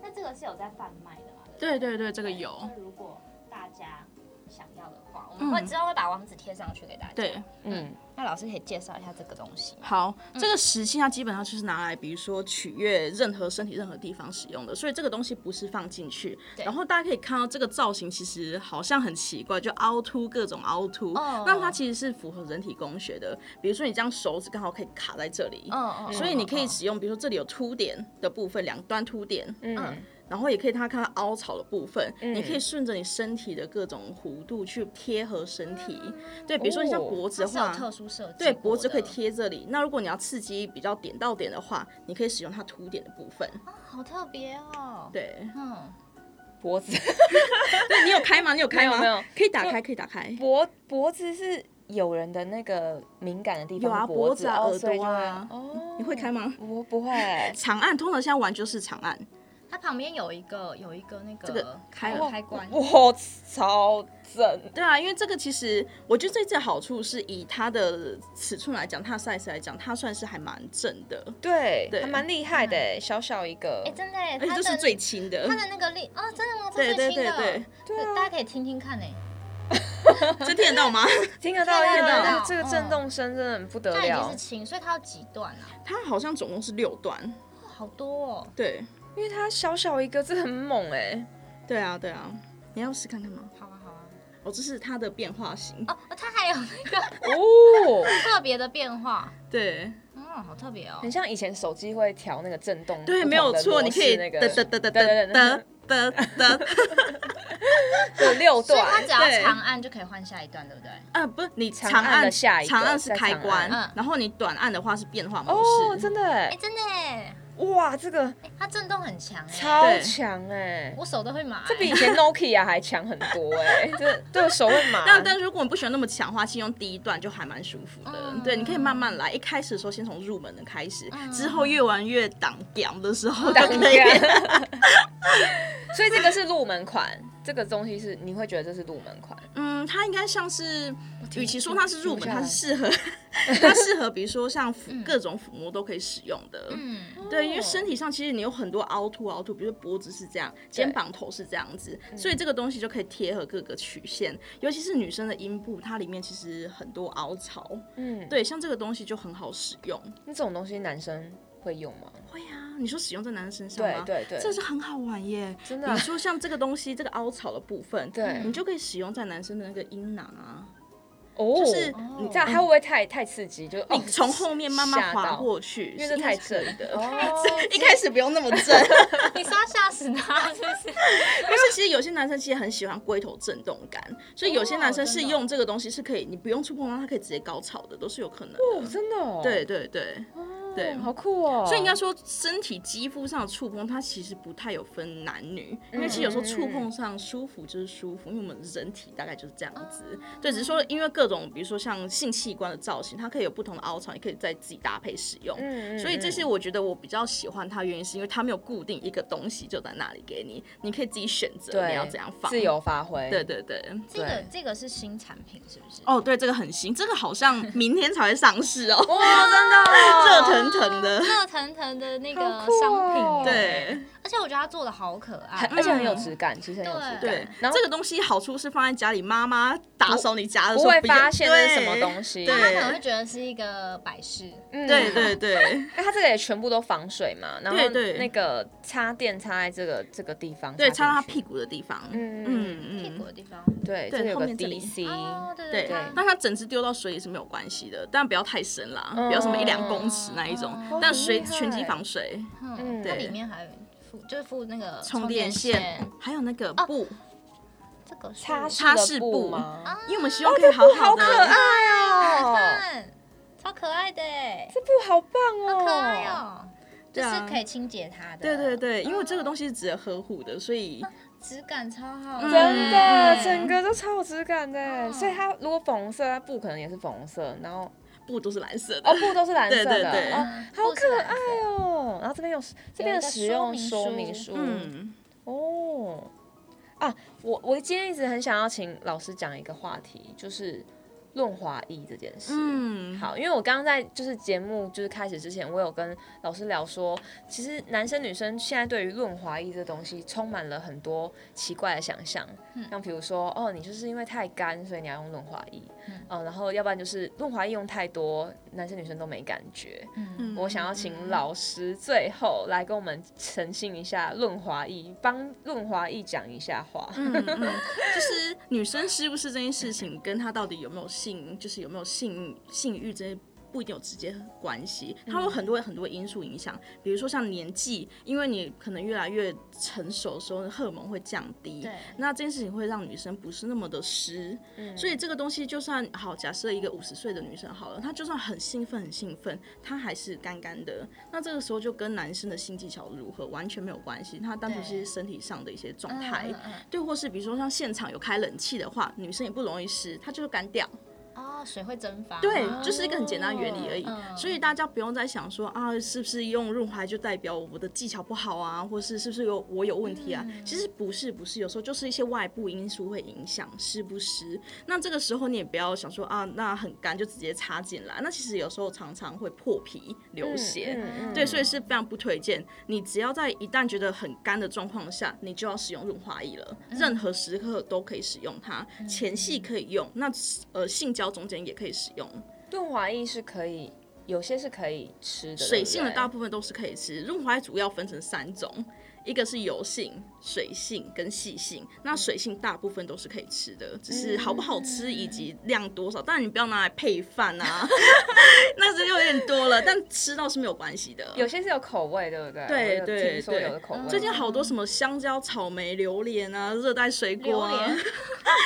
[SPEAKER 2] 那这个是有在贩卖的嘛？对不对
[SPEAKER 3] 对对对，这个有
[SPEAKER 2] 那，如果大家想要的话，我们会之后会把网址贴上去给大家。
[SPEAKER 3] 对，
[SPEAKER 1] 嗯，
[SPEAKER 2] 那老师可以介绍一下这个东西吗？
[SPEAKER 3] 好，这个石器它基本上就是拿来，比如说取悦任何身体任何地方使用的，所以这个东西不是放进去。
[SPEAKER 2] 对
[SPEAKER 3] 然后大家可以看到这个造型其实好像很奇怪，就凹凸各种凹凸，
[SPEAKER 2] 哦
[SPEAKER 3] 那它其实是符合人体工学的。比如说你这样手指刚好可以卡在这里，
[SPEAKER 2] 嗯嗯，
[SPEAKER 3] 所以你可以使用，比如说这里有凸点的部分，两端凸点，
[SPEAKER 1] 嗯，
[SPEAKER 3] 然后也可以它看到凹槽的部分，
[SPEAKER 2] 嗯
[SPEAKER 3] 你可以顺着你身体的各种弧度去贴合身体。对，比如说你像
[SPEAKER 1] 哦
[SPEAKER 3] 脖子
[SPEAKER 2] 嗯它
[SPEAKER 3] 的
[SPEAKER 2] 是有
[SPEAKER 3] 话，
[SPEAKER 2] 特殊设计，
[SPEAKER 3] 对，脖子可以，贴这里。那如果你要刺激比较点到点的话，你可以使用它凸点的部分。
[SPEAKER 2] 好特别哦。，
[SPEAKER 3] 对，
[SPEAKER 2] 嗯，
[SPEAKER 1] 脖子
[SPEAKER 3] 对你有开吗？你有开吗？
[SPEAKER 1] 没有没有
[SPEAKER 3] 可以打开，可以打开。
[SPEAKER 1] 脖脖子是有人的那个敏感的地方，
[SPEAKER 3] 有啊
[SPEAKER 1] 脖
[SPEAKER 3] 脖子啊
[SPEAKER 1] 哦
[SPEAKER 3] 耳朵
[SPEAKER 1] 所以就会
[SPEAKER 3] 啊
[SPEAKER 1] 哦，
[SPEAKER 3] 你会开吗，
[SPEAKER 1] 我不 会
[SPEAKER 3] 长按，通常现在玩就是长按，
[SPEAKER 2] 它旁边有一个有一个那个
[SPEAKER 3] 这个开哦
[SPEAKER 2] 开关，
[SPEAKER 1] 我超正，
[SPEAKER 3] 对啊，因为这个其实我觉得这次好处是以它的尺寸来讲，它的 size 来讲，它算是还蛮正的，
[SPEAKER 1] 对，
[SPEAKER 3] 对
[SPEAKER 1] 还蛮厉害的欸，小小一个
[SPEAKER 2] 哎，，真的耶，
[SPEAKER 3] 而且
[SPEAKER 2] 它
[SPEAKER 3] 这是
[SPEAKER 2] 的
[SPEAKER 3] 最轻的
[SPEAKER 2] 它，的那个力哦，真的吗？这
[SPEAKER 3] 对
[SPEAKER 2] 是最
[SPEAKER 3] 对
[SPEAKER 2] 轻
[SPEAKER 3] 对
[SPEAKER 2] 的，
[SPEAKER 3] 对，
[SPEAKER 1] 对啊
[SPEAKER 2] 大家可以听听看诶，
[SPEAKER 3] 这听得到吗？
[SPEAKER 1] 听得到，
[SPEAKER 2] 听
[SPEAKER 1] 听
[SPEAKER 2] 得
[SPEAKER 1] 得
[SPEAKER 2] 到
[SPEAKER 1] 到，这个
[SPEAKER 2] 嗯
[SPEAKER 1] 震动声真的很不得
[SPEAKER 2] 那已经
[SPEAKER 1] 了
[SPEAKER 2] 是，轻，所以它有几段啊？
[SPEAKER 3] 它好像总共是六段，
[SPEAKER 2] 哦好多哦。
[SPEAKER 3] 对，
[SPEAKER 1] 因为它小小一个，这很猛哎，
[SPEAKER 3] 对啊，对啊，你要试看看吗？
[SPEAKER 2] 好啊好啊，
[SPEAKER 3] 哦，这是它的变化型，
[SPEAKER 2] 哦，它还有那个
[SPEAKER 1] 哦，
[SPEAKER 2] 特别的变化，
[SPEAKER 3] 对
[SPEAKER 2] 嗯，好特别哦
[SPEAKER 1] 很。像以前手机会调那个震动，
[SPEAKER 3] 对，没有错，你可以
[SPEAKER 1] 那
[SPEAKER 3] 得
[SPEAKER 1] 个
[SPEAKER 3] 得得得得
[SPEAKER 1] 对对嗯
[SPEAKER 3] 得
[SPEAKER 1] 对
[SPEAKER 3] 得得，
[SPEAKER 1] 对六
[SPEAKER 2] 所以它
[SPEAKER 1] 段
[SPEAKER 2] 只，要
[SPEAKER 3] 对
[SPEAKER 2] 长按就可以换下一段，对不对？
[SPEAKER 3] 啊，不，你
[SPEAKER 1] 长
[SPEAKER 3] 长
[SPEAKER 1] 按的下一个
[SPEAKER 3] 长按是
[SPEAKER 1] 再
[SPEAKER 3] 开
[SPEAKER 1] 长
[SPEAKER 3] 关
[SPEAKER 2] 按嗯，
[SPEAKER 3] 然后你短按的话是变化模
[SPEAKER 1] 哦，
[SPEAKER 3] 式。
[SPEAKER 1] 真的
[SPEAKER 2] 哎，
[SPEAKER 1] 欸，
[SPEAKER 2] 真的耶，
[SPEAKER 1] 哇，这个
[SPEAKER 2] 哎，它震动很强哎，
[SPEAKER 1] 超
[SPEAKER 3] 对
[SPEAKER 1] 强哎。
[SPEAKER 2] 我手都会麻。
[SPEAKER 1] 这比以
[SPEAKER 2] 哎
[SPEAKER 1] 前 Nokia 还强很多 哎、这对手会麻。
[SPEAKER 3] 但但如果你不喜欢那么强化，其实用第一段就还蛮舒服的
[SPEAKER 2] 嗯。
[SPEAKER 3] 对，你可以慢慢来，一开始的时候先从入门的开始，
[SPEAKER 2] 嗯
[SPEAKER 3] 之后越玩越挡屌的时 候
[SPEAKER 1] 当
[SPEAKER 3] 就可以。
[SPEAKER 1] 所以这个是入门款，这个东西是你会觉得这是入门款，
[SPEAKER 3] 嗯，它应该像是，
[SPEAKER 1] 听
[SPEAKER 3] 与其说它是入门，
[SPEAKER 1] 听不下
[SPEAKER 3] 它
[SPEAKER 1] 来嗯
[SPEAKER 3] 是适合， 它适合比如说像抚各种抚摸都可以使用的。
[SPEAKER 2] 嗯，
[SPEAKER 3] 对，因
[SPEAKER 1] 哦
[SPEAKER 3] 为身体上其实你有很多凹凸凹凸，比如说脖子是这样，肩膀头是这样子，所
[SPEAKER 1] 嗯
[SPEAKER 3] 以这个东西就可以贴合各个曲线，尤其是女生的阴部，它里面其实很多凹槽，
[SPEAKER 1] 嗯，
[SPEAKER 3] 对，像这个东西就很好使用。
[SPEAKER 1] 那这种东西男生会用吗？
[SPEAKER 3] 会啊，你说使用在男生身上
[SPEAKER 1] 对
[SPEAKER 3] 吗？
[SPEAKER 1] 对对，
[SPEAKER 3] 这是很好玩耶！
[SPEAKER 1] 真的啊
[SPEAKER 3] 你说像这个东西，这个凹槽的部分，
[SPEAKER 1] 对
[SPEAKER 3] 你就可以使用在男生的那个阴囊啊，
[SPEAKER 1] 哦，
[SPEAKER 3] 就是
[SPEAKER 2] 哦
[SPEAKER 3] 你
[SPEAKER 1] 这样它会不会太太刺激？就是
[SPEAKER 3] 你从后面慢慢滑，
[SPEAKER 1] 哦
[SPEAKER 3] 过去，
[SPEAKER 1] 吓到因为
[SPEAKER 3] 是
[SPEAKER 1] 这
[SPEAKER 3] 一
[SPEAKER 1] 太正
[SPEAKER 3] 开始可 以的。
[SPEAKER 1] 哦，
[SPEAKER 3] 一开始不用那么正，
[SPEAKER 2] 你是要吓死他，是不是？
[SPEAKER 3] 但是其实有些男生其实很喜欢龟头震动感，所以有
[SPEAKER 1] 哦
[SPEAKER 3] 些男生是用这个东西是可以，你不用触碰到它，可以直接高潮的，都是有可能
[SPEAKER 1] 哦
[SPEAKER 3] 的。
[SPEAKER 1] 真的哦，
[SPEAKER 3] 对对对，
[SPEAKER 1] 哦
[SPEAKER 3] 对
[SPEAKER 1] 好酷哦。
[SPEAKER 3] 所以应该说身体肌肤上的触碰，它其实不太有分男女，
[SPEAKER 1] 嗯
[SPEAKER 3] 因为其实有时候触碰上舒服就是舒服，因为我们人体大概就是这样
[SPEAKER 1] 哦
[SPEAKER 3] 子。对，只是说因为各种，比如说像性器官的造型，它可以有不同的凹槽，也可以再自己搭配使用。
[SPEAKER 1] 嗯，嗯
[SPEAKER 3] 所以这些我觉得我比较喜欢它，原因是因为它没有固定一个东西就在那里给你，你可以自己选择
[SPEAKER 1] 对
[SPEAKER 3] 你要怎样放。
[SPEAKER 1] 自由发挥，
[SPEAKER 3] 对对对。
[SPEAKER 2] 这个
[SPEAKER 1] 对
[SPEAKER 2] 这个是新产品，是不是？
[SPEAKER 3] 哦，对，这个很新，这个 好像明天才会上市哦，
[SPEAKER 1] 哇，真 的哦
[SPEAKER 3] 热 腾腾的。
[SPEAKER 2] 热腾腾的那个
[SPEAKER 1] 好酷哦
[SPEAKER 2] 商品，
[SPEAKER 3] 对，
[SPEAKER 2] 而且我觉得它做的好可爱，
[SPEAKER 1] 而且很有质感，其实很有质感。
[SPEAKER 3] 对，
[SPEAKER 1] 然后
[SPEAKER 3] 这个东西好处是放在家里，妈妈打扫你家的时
[SPEAKER 1] 不
[SPEAKER 3] 候
[SPEAKER 1] 会
[SPEAKER 3] 用
[SPEAKER 1] 发现这是什么东。西。
[SPEAKER 2] 他
[SPEAKER 3] 对
[SPEAKER 2] 可能会觉得是一个摆饰，
[SPEAKER 1] 嗯
[SPEAKER 3] 对对 对对
[SPEAKER 1] 那它这个也全部都防水嘛，然后
[SPEAKER 3] 对对
[SPEAKER 1] 那个插电插在这个这个地方，
[SPEAKER 3] 对，
[SPEAKER 1] 进
[SPEAKER 3] 插到他
[SPEAKER 1] 去
[SPEAKER 3] 屁股的地方。
[SPEAKER 1] 嗯嗯，
[SPEAKER 3] 嗯
[SPEAKER 2] 屁股
[SPEAKER 3] 嗯，
[SPEAKER 2] 的地方。
[SPEAKER 1] 对，
[SPEAKER 3] 对
[SPEAKER 1] 这里有
[SPEAKER 3] 后
[SPEAKER 1] 个
[SPEAKER 3] 面这里
[SPEAKER 1] DC，
[SPEAKER 2] 哦，对
[SPEAKER 3] 对
[SPEAKER 2] 对，，
[SPEAKER 3] 但它整只丢到水里是没有关系的，但不要太深啦，
[SPEAKER 1] 嗯
[SPEAKER 3] 不要什么一两公尺那一种
[SPEAKER 2] 哦，
[SPEAKER 3] 但水
[SPEAKER 1] 好厉害
[SPEAKER 3] 全级防水，
[SPEAKER 2] 嗯，
[SPEAKER 1] 嗯
[SPEAKER 2] 它
[SPEAKER 1] 对
[SPEAKER 2] 里面还附就是附那个
[SPEAKER 3] 充电线哦
[SPEAKER 2] 线，，
[SPEAKER 3] 还有那个布，
[SPEAKER 2] 这个是
[SPEAKER 1] 擦
[SPEAKER 3] 插
[SPEAKER 1] 拭
[SPEAKER 3] 拭
[SPEAKER 1] 布
[SPEAKER 3] 布
[SPEAKER 1] 吗？
[SPEAKER 3] 哦因为我们希望可以好好
[SPEAKER 1] 好可
[SPEAKER 3] 的。
[SPEAKER 1] 爱哦，
[SPEAKER 2] 看，超可爱的哎，
[SPEAKER 1] 这布好棒哦，
[SPEAKER 2] 好可爱哦，就
[SPEAKER 3] 啊
[SPEAKER 2] 是可以清洁它的。
[SPEAKER 3] 对对，对，因为这个东西是值得呵护的，所以
[SPEAKER 2] 质感超好，
[SPEAKER 1] 真的，
[SPEAKER 3] 嗯
[SPEAKER 1] 整个都超有质感的，
[SPEAKER 2] 哦
[SPEAKER 1] 所以它如果粉红色，它布可能也是粉红色，然后
[SPEAKER 3] 布都是蓝色的
[SPEAKER 1] 哦。布都是蓝色
[SPEAKER 3] 对对
[SPEAKER 1] 的，
[SPEAKER 3] 对
[SPEAKER 1] 哦，
[SPEAKER 2] 嗯
[SPEAKER 1] 好可爱哦。然后这边有这边
[SPEAKER 2] 有一
[SPEAKER 1] 的
[SPEAKER 2] 个
[SPEAKER 1] 使用
[SPEAKER 2] 说
[SPEAKER 1] 说
[SPEAKER 2] 明
[SPEAKER 1] 明
[SPEAKER 2] 书
[SPEAKER 1] 书，
[SPEAKER 3] 嗯，
[SPEAKER 1] 哦，啊，我我今天一直很想要请老师讲一个话题，就是润滑液这件事。
[SPEAKER 3] 嗯
[SPEAKER 1] 好，因为我刚刚在就是节目就是开始之前，我有跟老师聊说，其实男生女生现在对于润滑液这东西充满了很多奇怪的想象，像比如说哦，你就是因为太干，所以你要用润滑液，嗯、然后要不然就是润滑液用太多，男生女生都没感觉。
[SPEAKER 2] 嗯，
[SPEAKER 1] 我想要请老师最后来跟我们澄清一下润滑液，帮润滑液讲一下话。
[SPEAKER 3] 嗯嗯，就是女生是不是这件事情，跟她到底有没有性，就是有没有性性欲这些。不一定有直接关系，它有很多很多因素影响，比如说像年纪，因为你可能越来越成熟的时候，荷尔蒙会降低
[SPEAKER 2] 对，
[SPEAKER 3] 那这件事情会让女生不是那么的湿，
[SPEAKER 2] 嗯
[SPEAKER 3] 所以这个东西就算好，假设一个五十岁的女生好了，她就算很兴奋很兴奋，她还是干干的，那这个时候就跟男生的性技巧如何完全没有关系，她单纯
[SPEAKER 2] 对
[SPEAKER 3] 是身体上的一些状
[SPEAKER 2] 嗯
[SPEAKER 3] 态，
[SPEAKER 2] 嗯嗯
[SPEAKER 3] 对，或是比如说像现场有开冷气的话，女生也不容易湿，它就是干掉。
[SPEAKER 2] 哦，水会蒸发，
[SPEAKER 3] 对，
[SPEAKER 2] 哦
[SPEAKER 3] 就是一个很简单的原理而已。
[SPEAKER 2] 嗯
[SPEAKER 3] 所以大家不用再想说啊，是不是用润滑就代表我的技巧不好啊，或是是不是有我有问题啊？其实不是，不是，有时候就是一些外部因素会影响湿不湿。那这个时候你也不要想说啊，那很干就直接插进来。那其实有时候常常会破皮
[SPEAKER 1] 嗯
[SPEAKER 3] 流血。对，所以是非常不推荐。你只要在一旦觉得很干的状况下，你就要使用润滑液了。
[SPEAKER 1] 嗯
[SPEAKER 3] 任何时刻都可以使用它，前戏可以用，那呃性交中间也可以使用。
[SPEAKER 1] 润滑液是可以，有些是可以吃的，对
[SPEAKER 3] 水
[SPEAKER 1] 不
[SPEAKER 3] 性的
[SPEAKER 1] 对
[SPEAKER 3] 大部分都是可以吃，润滑液主要分成三种，一个是油性、水性跟细性。那水性大部分都是可以吃的，只是好不好吃以及
[SPEAKER 1] 嗯
[SPEAKER 3] 量多少。当然你不要拿来配饭啊， 那是有点多了，但吃到是没有关系的。
[SPEAKER 1] 有些是有口味，对不对？
[SPEAKER 3] 对
[SPEAKER 1] 我有
[SPEAKER 3] 对
[SPEAKER 1] 听说
[SPEAKER 3] 对
[SPEAKER 1] 有的口味。
[SPEAKER 3] 最近好多
[SPEAKER 2] 嗯
[SPEAKER 3] 什么香蕉、草莓、榴莲啊，热带水果
[SPEAKER 2] 榴
[SPEAKER 3] 啊
[SPEAKER 2] 莲。哎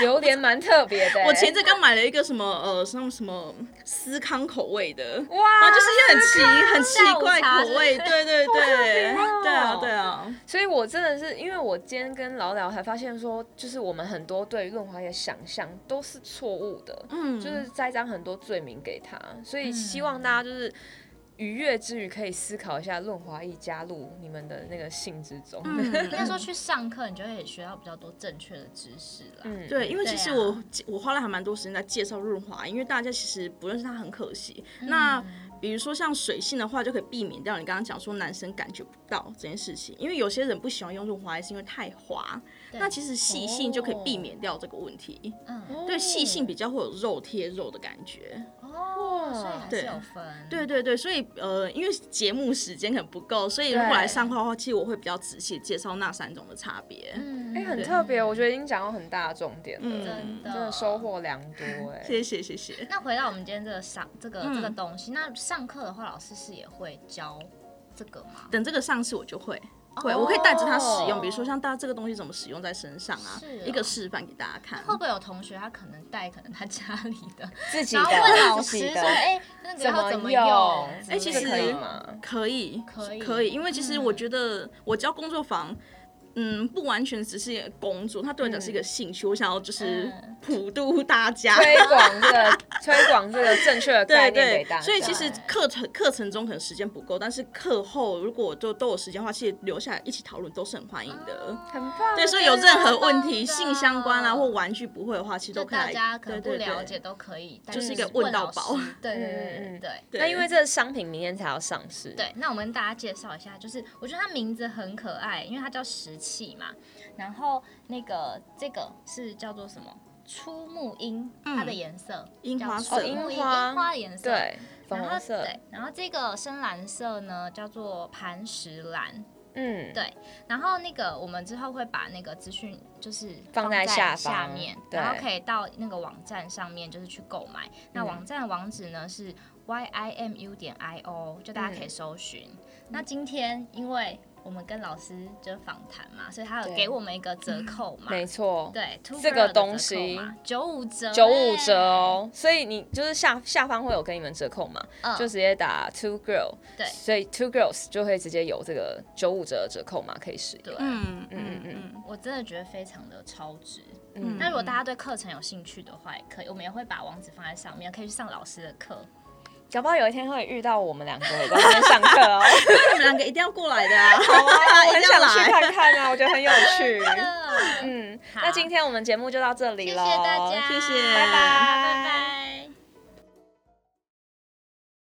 [SPEAKER 1] 榴莲蛮特别的欸、
[SPEAKER 3] 我前阵刚买了一个什么呃，像什么司康口味的，
[SPEAKER 1] 欸哇
[SPEAKER 3] 那就是一个很奇很奇怪
[SPEAKER 2] 下午茶
[SPEAKER 3] 口味，
[SPEAKER 2] 是不
[SPEAKER 3] 对对对，
[SPEAKER 1] 哦
[SPEAKER 3] 对啊对啊，
[SPEAKER 1] 所以我真的是因为我今天跟老聊才发现说，就是我们很多对于润滑液的想象都是错误的，
[SPEAKER 3] 嗯，
[SPEAKER 1] 就是栽赃很多罪名给他，所以希望大家就是。愉悦之余，可以思考一下润滑液加入你们的那个性之中。
[SPEAKER 3] 嗯
[SPEAKER 2] 应该说去上课，你就会学到比较多正确的知识啦。嗯，
[SPEAKER 1] 嗯
[SPEAKER 3] 对，因为
[SPEAKER 2] 对
[SPEAKER 3] 其实
[SPEAKER 2] 啊
[SPEAKER 3] 我、我花了还蛮多时间在介绍润滑，因为大家其实不认识它很可惜。
[SPEAKER 2] 嗯
[SPEAKER 3] 那比如说像水性的话，就可以避免掉你刚刚讲说男生感觉不到这件事情，因为有些人不喜欢用润滑液是因为太滑。那其实哦细性就可以避免掉这个问题。
[SPEAKER 1] 哦
[SPEAKER 2] 嗯
[SPEAKER 3] 对，细性比较会有肉贴肉的感觉。
[SPEAKER 2] 哦，所以还
[SPEAKER 3] 对
[SPEAKER 2] 是有分。
[SPEAKER 3] 对对对，所以呃，因为节目时间可能不够，所以如果来上课的话，其实我会比较仔细地介绍那三种的差别。
[SPEAKER 2] 嗯，
[SPEAKER 1] 哎、
[SPEAKER 2] 哎
[SPEAKER 1] 很特别，我觉得已经讲到很大的重点了，
[SPEAKER 2] 真
[SPEAKER 3] 嗯
[SPEAKER 2] 的
[SPEAKER 1] 真的收获良多哎、
[SPEAKER 3] 谢谢谢谢。
[SPEAKER 2] 那回到我们今天这个上这个这个
[SPEAKER 3] 嗯
[SPEAKER 2] 东西，那上课的话，老师是也会教这个吗？
[SPEAKER 3] 等这个上市我就会。
[SPEAKER 2] 哦
[SPEAKER 3] 会，我可以带着它使用，比如说像大家这个东西怎么使用在身上啊，
[SPEAKER 2] 是哦
[SPEAKER 3] 一个示范给大家看。
[SPEAKER 2] 会不会有同学他可能带可能他家里的，
[SPEAKER 1] 自己
[SPEAKER 2] 然
[SPEAKER 1] 的
[SPEAKER 2] 后问老师
[SPEAKER 1] 自己
[SPEAKER 2] 说，
[SPEAKER 1] 的
[SPEAKER 2] 哎，那个
[SPEAKER 1] 怎
[SPEAKER 2] 要
[SPEAKER 1] 么
[SPEAKER 2] 怎么
[SPEAKER 1] 用
[SPEAKER 2] 用？
[SPEAKER 1] 哎
[SPEAKER 2] 之
[SPEAKER 3] 其
[SPEAKER 2] 类
[SPEAKER 3] 实
[SPEAKER 2] 的
[SPEAKER 3] 嗯
[SPEAKER 1] 可以吗？
[SPEAKER 3] 可以，
[SPEAKER 2] 可以
[SPEAKER 3] 可以，因为其实
[SPEAKER 2] 嗯
[SPEAKER 3] 我觉得我教工作坊。嗯，不完全只是一个工作，它对我来讲是一个兴趣。我想要就是
[SPEAKER 2] 嗯
[SPEAKER 3] 普渡大家，
[SPEAKER 1] 推广这个推广这个正确的概
[SPEAKER 3] 对
[SPEAKER 1] 念给大家。
[SPEAKER 3] 对，所以其实课程课程中可能时间不够，但是课后如果就都有时间的话，其实留下来一起讨论都是很欢迎的。
[SPEAKER 1] 很棒。
[SPEAKER 3] 对，所以有任何问题，
[SPEAKER 2] 真的
[SPEAKER 3] 性相关啊或玩具不会的话，其实
[SPEAKER 2] 就
[SPEAKER 3] 都可以
[SPEAKER 2] 大
[SPEAKER 3] 来。
[SPEAKER 2] 家可能
[SPEAKER 3] 对
[SPEAKER 2] 不
[SPEAKER 3] 对
[SPEAKER 2] 了
[SPEAKER 3] 对，
[SPEAKER 2] 解都可以，但
[SPEAKER 3] 就是一个
[SPEAKER 2] 问
[SPEAKER 3] 问到
[SPEAKER 2] 老师
[SPEAKER 3] 饱
[SPEAKER 2] 对对
[SPEAKER 1] 嗯嗯
[SPEAKER 2] 对对
[SPEAKER 1] 嗯
[SPEAKER 2] 对。
[SPEAKER 1] 那因为这个商品明天才要上市，
[SPEAKER 2] 对，那我们大家介绍一下，就是我觉得它名字很可爱，因为它叫石器嘛。然后那个这个是叫做什么？初木樱，它的颜色
[SPEAKER 3] 樱
[SPEAKER 2] 叫
[SPEAKER 3] 花
[SPEAKER 2] 初
[SPEAKER 3] 色
[SPEAKER 2] 木
[SPEAKER 1] 嗯哦樱
[SPEAKER 2] 樱
[SPEAKER 1] 花
[SPEAKER 2] 樱花的颜色。
[SPEAKER 1] 对，粉
[SPEAKER 2] 然后
[SPEAKER 1] 红色，
[SPEAKER 2] 对，然后这个深蓝色呢叫做磐石蓝，
[SPEAKER 1] 嗯，
[SPEAKER 2] 对然后那个我们之后会把那个资讯就是
[SPEAKER 1] 放
[SPEAKER 2] 在
[SPEAKER 1] 在下方
[SPEAKER 2] 面，
[SPEAKER 1] 对
[SPEAKER 2] 然后可以到那个网站上面就是去购买。
[SPEAKER 1] 嗯
[SPEAKER 2] 那网站网址呢是
[SPEAKER 1] 嗯
[SPEAKER 2] y i m u 点 i o，就大家可以搜寻。那今天因为。我们跟老师就是访谈嘛，所以他有
[SPEAKER 1] 对
[SPEAKER 2] 给我们一个折扣嘛，
[SPEAKER 1] 嗯没错，
[SPEAKER 2] 对，2
[SPEAKER 1] 这个东西
[SPEAKER 2] 九五折，
[SPEAKER 1] 九五折哦，所以你就是下下方会有给你们折扣嘛，
[SPEAKER 2] 嗯
[SPEAKER 1] 就直接打 two girl，
[SPEAKER 2] 对
[SPEAKER 1] 所以 two girls 就会直接有这个九五折的折扣嘛，可以使用
[SPEAKER 2] 对。
[SPEAKER 3] 嗯嗯
[SPEAKER 1] 嗯
[SPEAKER 3] 嗯
[SPEAKER 1] 嗯
[SPEAKER 3] 嗯，
[SPEAKER 2] 我真的觉得非常的超值。
[SPEAKER 1] 嗯
[SPEAKER 2] 那如果大家对课程有兴趣的话，也可以，我们也会把网址放在上面，可以去上老师的课。
[SPEAKER 1] 搞不好有一天会遇到我们两个在那边上课哦，
[SPEAKER 3] 那你们两个一定要过来的 啊！
[SPEAKER 1] 我
[SPEAKER 3] 一
[SPEAKER 1] 很
[SPEAKER 3] 定要
[SPEAKER 1] 想去
[SPEAKER 3] 来。
[SPEAKER 1] 看看啊，我觉得很有 趣。
[SPEAKER 2] 嗯，
[SPEAKER 1] 嗯，那今天我们节目就到这
[SPEAKER 2] 谢
[SPEAKER 1] 里
[SPEAKER 2] 谢
[SPEAKER 1] 喽，
[SPEAKER 2] 大家，
[SPEAKER 3] 谢谢
[SPEAKER 1] 拜拜
[SPEAKER 2] 拜拜。